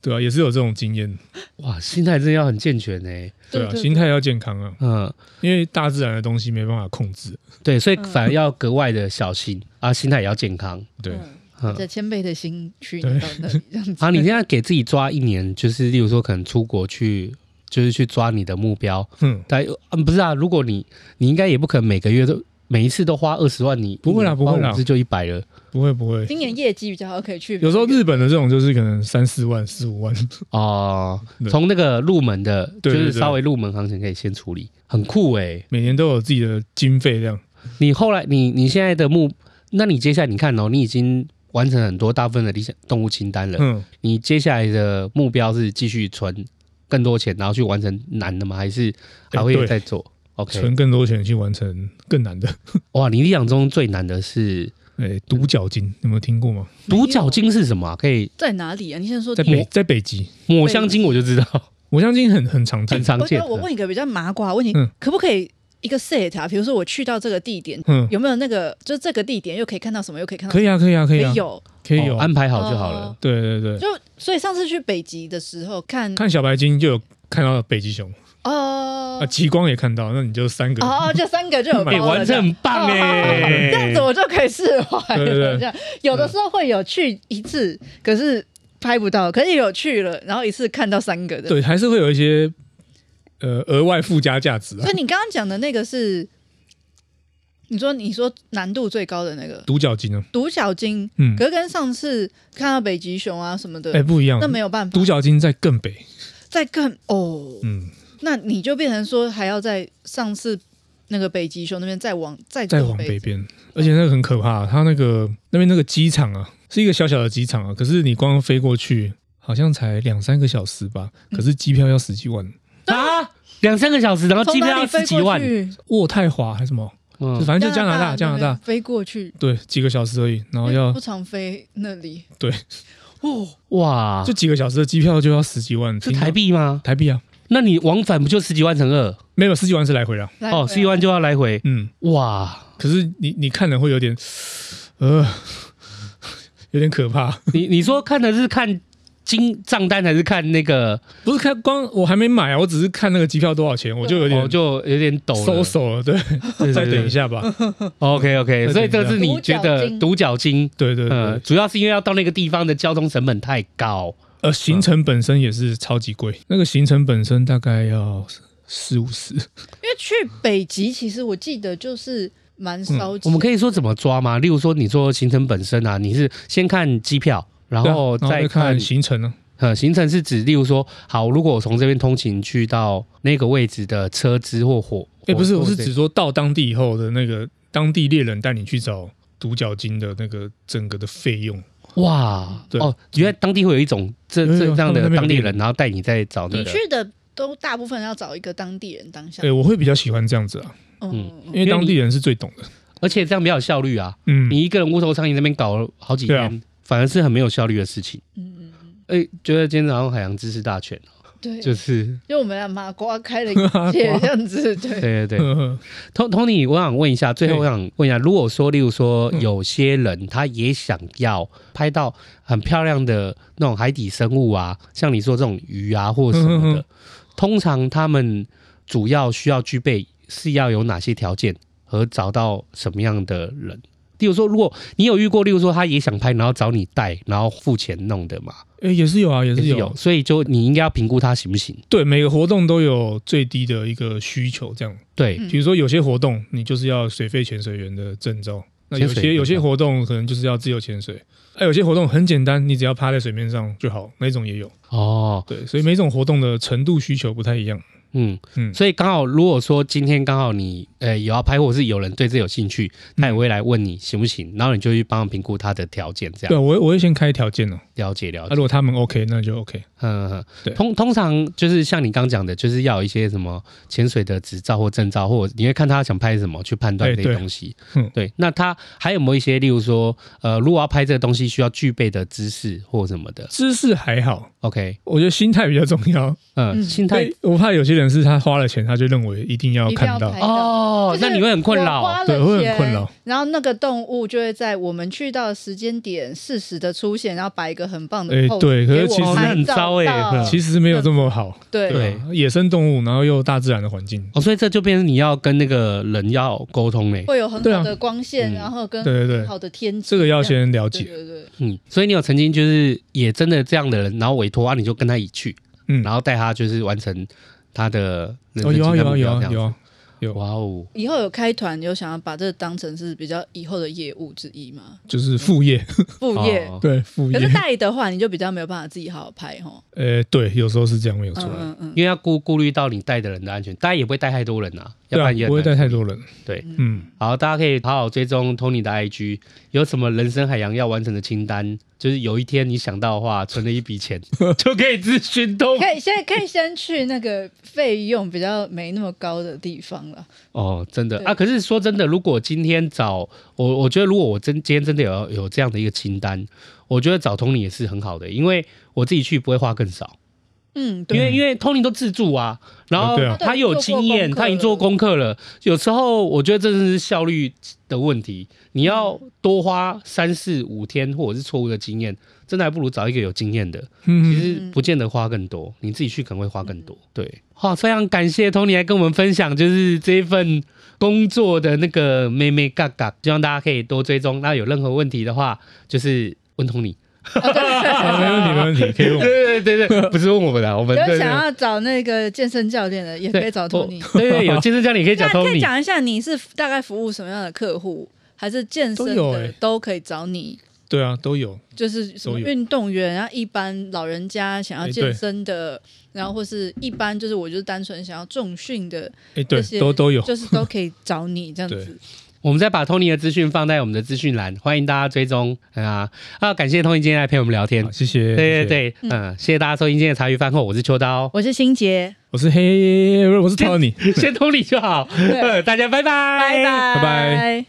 Speaker 4: 对啊，也是有这种经验。
Speaker 2: 哇，心态真的要很健全哎、
Speaker 4: 对啊，
Speaker 3: 对对
Speaker 4: 心态要健康啊，
Speaker 2: 嗯，
Speaker 4: 因为大自然的东西没办法控制。
Speaker 2: 对，
Speaker 3: 嗯
Speaker 2: 所以反而要格外的小心啊，心态也要健康。
Speaker 4: 对，
Speaker 2: 嗯
Speaker 3: 这谦卑的心去
Speaker 4: 对
Speaker 3: 到那里这样子。
Speaker 2: 啊，你现在给自己抓一年，就是例如说可能出国去，就是去抓你的目标。
Speaker 4: 嗯，
Speaker 2: 但嗯，不是啊，如果你你应该也不可能每个月都每一次都花二十万，你
Speaker 4: 不会啦
Speaker 2: 一年花
Speaker 4: 不会啦
Speaker 2: 五次就一百了。
Speaker 4: 不会不会。
Speaker 3: 今年业绩比较好，可以去
Speaker 4: 有时候日本的这种就是可能三四万、四五万，
Speaker 2: 哦、
Speaker 4: 对
Speaker 2: 从那个入门的，就
Speaker 4: 对对
Speaker 2: 是
Speaker 4: 对
Speaker 2: 稍微入门行情可以先处理，很酷诶、
Speaker 4: 每年都有自己的经费量。
Speaker 2: 你后来你你现在的目，那你接下来你看哦，你已经完成很多大部分的理想动物清单了，
Speaker 4: 嗯，
Speaker 2: 你接下来的目标是继续存更多钱，然后去完成难的吗？还是还
Speaker 4: 哎
Speaker 2: 会
Speaker 4: 对
Speaker 2: 再做？ OK，
Speaker 4: 存更多钱去完成更难的。
Speaker 2: 哇，你理想中最难的是
Speaker 4: 哎，独角鲸有没有听过吗？
Speaker 3: 没有
Speaker 2: 独角鲸是什么啊、可以
Speaker 3: 在哪里啊？你先说
Speaker 4: 在
Speaker 3: 你
Speaker 4: 北在北极，
Speaker 2: 抹香鲸，我就知道，
Speaker 4: 我相信 很很常见
Speaker 2: 很。常
Speaker 3: 我
Speaker 2: 见
Speaker 3: 那我
Speaker 2: 的
Speaker 3: 问一个比较麻瓜的问题，
Speaker 4: 嗯
Speaker 3: 可不可以一个 set 啊？比如说我去到这个地点，
Speaker 4: 嗯，
Speaker 3: 有没有那个就这个地点又可以看到什么，又可以看到
Speaker 4: 可以啊，可以啊，可以啊，
Speaker 3: 有。
Speaker 4: 可以有
Speaker 2: 哦。安排好就好了。
Speaker 3: 哦
Speaker 4: 对对对，
Speaker 3: 就所以上次去北极的时候看
Speaker 4: 看小白鲸就有看到北极熊
Speaker 3: 哦
Speaker 4: 啊，极光也看到，那你就三个。
Speaker 3: 哦，就三个 就有包
Speaker 2: 哎、
Speaker 3: 了
Speaker 2: 玩
Speaker 3: 这
Speaker 2: 的
Speaker 3: 样
Speaker 2: 很棒哎、
Speaker 4: 欸
Speaker 3: 这样子我就可以释怀
Speaker 4: 对对
Speaker 3: 了。
Speaker 4: 对
Speaker 3: 这样有的时候会有去一次，可是拍不到，可是有去了，然后一次看到三个的。
Speaker 4: 对，还是会有一些呃额外附加价值啊
Speaker 3: 所。以你刚刚讲的那个是，你说你说难度最高的那个
Speaker 4: 独角鲸啊呢？
Speaker 3: 独角鲸，
Speaker 4: 嗯
Speaker 3: 可，是跟上次看到北极熊啊什么的，
Speaker 4: 哎，不一样
Speaker 3: 那，没有办法
Speaker 4: 独。角鲸在更北。
Speaker 3: 再更哦，
Speaker 4: 嗯，
Speaker 3: 那你就变成说还要在上次那个北极熊那边再往再
Speaker 4: 再
Speaker 3: 更
Speaker 4: 往北边，而且那个很可怕、它那个那边那个机场啊，是一个小小的机场啊，可是你光飞过去好像才两三个小时吧，可是机票要十几万。
Speaker 2: 啊，两三个小时，然后
Speaker 3: 从
Speaker 2: 机票
Speaker 3: 哪
Speaker 2: 要
Speaker 3: 里飞
Speaker 2: 十几万，
Speaker 3: 过去啊
Speaker 4: 渥太华还是什么？
Speaker 2: 嗯
Speaker 4: 就，反正就加拿大，哦加拿
Speaker 3: 那边
Speaker 4: 大，
Speaker 3: 飞过去，
Speaker 4: 对，几个小时而已，然后
Speaker 3: 因为
Speaker 4: 要
Speaker 3: 哎不常飞那里。
Speaker 4: 对，
Speaker 3: 哦，
Speaker 2: 哇，
Speaker 4: 就几个小时的机票就要十几万，
Speaker 2: 是
Speaker 4: 听到
Speaker 2: 台币吗？
Speaker 4: 台币啊，
Speaker 2: 那你往返不就十几万乘二？
Speaker 4: 没有十几万是来回啊。
Speaker 3: 来
Speaker 2: 哦，十几万就要来回，
Speaker 4: 嗯，
Speaker 2: 哇！
Speaker 4: 可是你你看了会有点，呃， 有点可怕。
Speaker 2: 你你说看的是看金账单还是看那个？
Speaker 4: 不是看光我还没买啊，我只是看那个机票多少钱，我就有
Speaker 2: 哦，
Speaker 4: 点
Speaker 2: 就有点抖
Speaker 4: 收
Speaker 2: 了。
Speaker 4: 手了。对，
Speaker 2: 对
Speaker 4: 再等一。
Speaker 2: 对对
Speaker 4: 下吧。
Speaker 2: OK OK，
Speaker 4: 再等一下
Speaker 2: 所以这是你觉得独角鲸，
Speaker 4: 对对对，
Speaker 2: 呃，主要是因为要到那个地方的交通成本太高。
Speaker 4: 呃，行程本身也是超级贵，那个行程本身大概要四五十，
Speaker 3: 因为去北极，其实我记得就是蛮烧钱、
Speaker 2: 我们可以说怎么抓吗？例如说，你说行程本身啊，你是先看机票，然后
Speaker 4: 对啊然后
Speaker 2: 再
Speaker 4: 再看
Speaker 2: 看
Speaker 4: 行程呢、
Speaker 2: 呃，行程是指，例如说，好，如果我从这边通勤去到那个位置的车资或火，
Speaker 4: 啊。哎，不是，
Speaker 2: 火
Speaker 4: 我是
Speaker 2: 火
Speaker 4: 指说到当地以后的那个当地猎人带你去找独角鲸的那个整个的费用。
Speaker 2: 哇，
Speaker 4: 对
Speaker 2: 哦，原来当地会有一种这
Speaker 4: 有有
Speaker 2: 这
Speaker 4: 有
Speaker 2: 这样
Speaker 4: 他们
Speaker 2: 的
Speaker 4: 那边有
Speaker 2: 当地
Speaker 4: 地
Speaker 2: 人，然后带你再找那
Speaker 3: 你
Speaker 2: 个，
Speaker 3: 去的都大部分要找一个当地人当下
Speaker 4: 哎，。我会比较喜欢这样子啊，
Speaker 3: 嗯，嗯
Speaker 4: 因为当地人是最懂的。
Speaker 2: 而且这样比较有效率啊。
Speaker 4: 嗯，
Speaker 2: 你一个人乌头苍蝇那边搞了好几
Speaker 4: 对啊
Speaker 2: 天，反而是很没有效率的事情。
Speaker 3: 嗯嗯，
Speaker 2: 哎、觉得今天早上海洋知识大全啊
Speaker 3: 对，
Speaker 2: 就，
Speaker 3: 就是就我们俩麻瓜开了一切这样子， 对。
Speaker 2: 对对对。
Speaker 4: 嗯
Speaker 2: 同 Tony，我想问一下，最后
Speaker 4: 对
Speaker 2: 我想问一下，如果说，例如说，
Speaker 4: 嗯
Speaker 2: 有些人他也想要拍到很漂亮的那种海底生物啊，像你说这种鱼啊或什么
Speaker 4: 嗯
Speaker 2: 的，
Speaker 4: 哼
Speaker 2: 通常他们主要需要具备是要有哪些条件和找到什么样的人？例如说，如果你有遇过，例如说他也想拍，然后找你带，然后付钱弄的嘛，
Speaker 4: 哎，也是有啊，也
Speaker 2: 也
Speaker 4: 是
Speaker 2: 是
Speaker 4: 有。
Speaker 2: 有，所以就你应该要评估他行不行。
Speaker 4: 对，每个活动都有最低的一个需求，这样。
Speaker 2: 对，
Speaker 3: 嗯
Speaker 4: 比如说有些活动你就是要水肺潜水员的证照，那有
Speaker 2: 潜水
Speaker 4: 些
Speaker 2: 员
Speaker 4: 有些活动可能就是要自由潜水，哎，有些活动很简单，你只要趴在水面上就好，那种也有。
Speaker 2: 哦，
Speaker 4: 对，所以每种活动的程度需求不太一样。
Speaker 2: 嗯，
Speaker 4: 嗯，
Speaker 2: 所以刚好，如果说今天刚好你呃有要拍，或者是有人对这有兴趣，他也
Speaker 4: 嗯
Speaker 2: 会来问你行不行，然后你就去帮他评估他的条件，这
Speaker 4: 对
Speaker 2: 样
Speaker 4: 啊，我会我会先开条件哦，
Speaker 2: 了解了
Speaker 4: 那、
Speaker 2: 解。
Speaker 4: 如果他们 OK，那就 OK。
Speaker 2: 嗯，嗯嗯
Speaker 4: 对
Speaker 2: 通通常就是像你刚讲的，就是要有一些什么潜水的执照或证照，或者你会看他想拍什么去判断
Speaker 4: 哎
Speaker 2: 这些
Speaker 4: 对
Speaker 2: 东西。
Speaker 4: 嗯
Speaker 2: 对，那他还有没有一些，例如说，呃，如果要拍这个东西需要具备的知识或什么的
Speaker 4: 知识还好，
Speaker 2: ？OK，
Speaker 4: 我觉得心态比较重要。
Speaker 2: 嗯，
Speaker 3: 嗯
Speaker 2: 心态
Speaker 4: 对我怕有些人是他花了钱，他就认为一定要
Speaker 3: 一定要
Speaker 4: 看到
Speaker 3: 拍，
Speaker 2: 哦
Speaker 3: 就，是
Speaker 2: 那你会很困
Speaker 3: 我
Speaker 2: 扰
Speaker 3: 花了
Speaker 4: 对，会很困
Speaker 3: 钱
Speaker 4: 扰。
Speaker 3: 然后那个动物就会在我们去到的时间点适时的出现，然后摆一个很棒的
Speaker 4: 哎
Speaker 3: pose，
Speaker 4: 对可是
Speaker 3: 给我
Speaker 4: 其实
Speaker 3: 拍
Speaker 2: 那很
Speaker 3: 照
Speaker 2: 糟哎
Speaker 3: 到
Speaker 2: 嗯
Speaker 4: 其实没有这么好，
Speaker 3: 对
Speaker 2: 对
Speaker 4: 啊野生动物，然后又大自然的环境，
Speaker 2: 哦，所以这就变成你要跟那个人要沟通欸嘞。
Speaker 3: 会有很
Speaker 4: 对
Speaker 3: 好
Speaker 4: 啊
Speaker 3: 的光线，
Speaker 2: 嗯
Speaker 3: 然后跟
Speaker 4: 对对对
Speaker 3: 很好的天气，
Speaker 4: 这个要
Speaker 3: 样
Speaker 4: 先了
Speaker 3: 对
Speaker 4: 解。
Speaker 3: 对对，
Speaker 2: 嗯，所以你有曾经就是也真的这样的人，然后委托啊，你就跟他一起去，
Speaker 4: 嗯，
Speaker 2: 然后带他就是完成他的人
Speaker 4: 哦，
Speaker 2: 生
Speaker 4: 有啊
Speaker 2: 清单
Speaker 4: 有
Speaker 2: 目标这
Speaker 4: 啊有啊
Speaker 2: 样子。
Speaker 4: 有啊，有
Speaker 2: 哇哦，
Speaker 3: 以后有开团有想要把这当成是比较以后的业务之一吗？
Speaker 4: 就是副业，
Speaker 3: 副业。
Speaker 2: 哦
Speaker 4: 对副
Speaker 3: 可
Speaker 4: 业
Speaker 3: 是，带的话，你就比较没有办法自己好好拍吼。
Speaker 4: 呃，对，有时候是这样没有错
Speaker 3: 嗯，嗯嗯，
Speaker 2: 因为要顾顾虑到你带的人的安全，大家也不会带太多人啊，要
Speaker 4: 对
Speaker 2: 不
Speaker 4: 啊
Speaker 2: 然也，很
Speaker 4: 不会带
Speaker 2: 难
Speaker 4: 太多人，
Speaker 2: 对。
Speaker 4: 嗯，
Speaker 2: 好，大家可以好好追踪 Tony 的 IG，有什么人生海洋要完成的清单，就是有一天你想到的话，存了一笔 钱就可以咨询动物
Speaker 3: 可以现在可以先去那个费用比较没那么高的地方了。
Speaker 2: 哦，真的
Speaker 3: 对
Speaker 2: 啊！可是说真的，如果今天找我，我觉得如果我真今天真的有有这样的一个清单，我觉得找 Tony 也是很好的，因为我自己去不会花更少，
Speaker 3: 嗯，对
Speaker 2: 因为因为 Tony 都自助啊，然
Speaker 4: 啊
Speaker 2: 后
Speaker 4: 对啊
Speaker 2: 他又有经验，
Speaker 3: 他
Speaker 2: 他已经
Speaker 3: 都有
Speaker 2: 做
Speaker 3: 做
Speaker 2: 功
Speaker 3: 功
Speaker 2: 课了。有时候我觉得这是效率的问题，你要多花三四五天或者是错误的经验，真的还不如找一个有经验的。其
Speaker 4: 嗯，
Speaker 2: 实不见得花更多，你自己去可能会花更多。对，好，非常感谢 Tony 来跟我们分享，就是这一份工作的那个妹妹嘎嘎，希望大家可以多追踪。那有任何问题的话，就是问 Tony。
Speaker 4: 好没问题，没问 题，可以问我。
Speaker 2: 对对对对，不是问我们的，我们
Speaker 3: 有
Speaker 2: 对
Speaker 3: 想
Speaker 2: 对
Speaker 3: 要找那个健身教练的，也可以找托尼。
Speaker 2: 对对，有健身教练也可以
Speaker 3: 那
Speaker 2: 找
Speaker 3: 可以
Speaker 2: Tony。
Speaker 3: 讲一下你是大概服务什么样的客户，还是健身
Speaker 4: 都有
Speaker 3: 的
Speaker 4: 欸
Speaker 3: 都可以找你，
Speaker 4: 对啊，都有。
Speaker 3: 就是什么
Speaker 4: 都有
Speaker 3: 运动员啊，一般老人家想要
Speaker 4: 哎
Speaker 3: 健
Speaker 4: 对
Speaker 3: 身的，然后或是一般就是我就是单纯想要重训的，
Speaker 4: 哎，对
Speaker 3: 这，些
Speaker 4: 都都有。
Speaker 3: 就是都可以找你这样子。
Speaker 2: 我们再把 Tony 的资讯放在我们的资讯栏，欢迎大家追踪啊啊！感谢 Tony 今天来陪我们聊天
Speaker 4: 好，。谢
Speaker 2: 对
Speaker 4: 谢。
Speaker 2: 对
Speaker 4: 谢谢，
Speaker 2: 对，嗯，谢谢大家收听今天的茶余饭后，我是秋刀，
Speaker 3: 我是欣杰，
Speaker 4: 我是黑，我是 Tony。
Speaker 2: 先 Tony 就好，
Speaker 3: 对
Speaker 2: 呃大家拜拜，
Speaker 3: 拜
Speaker 4: 拜拜。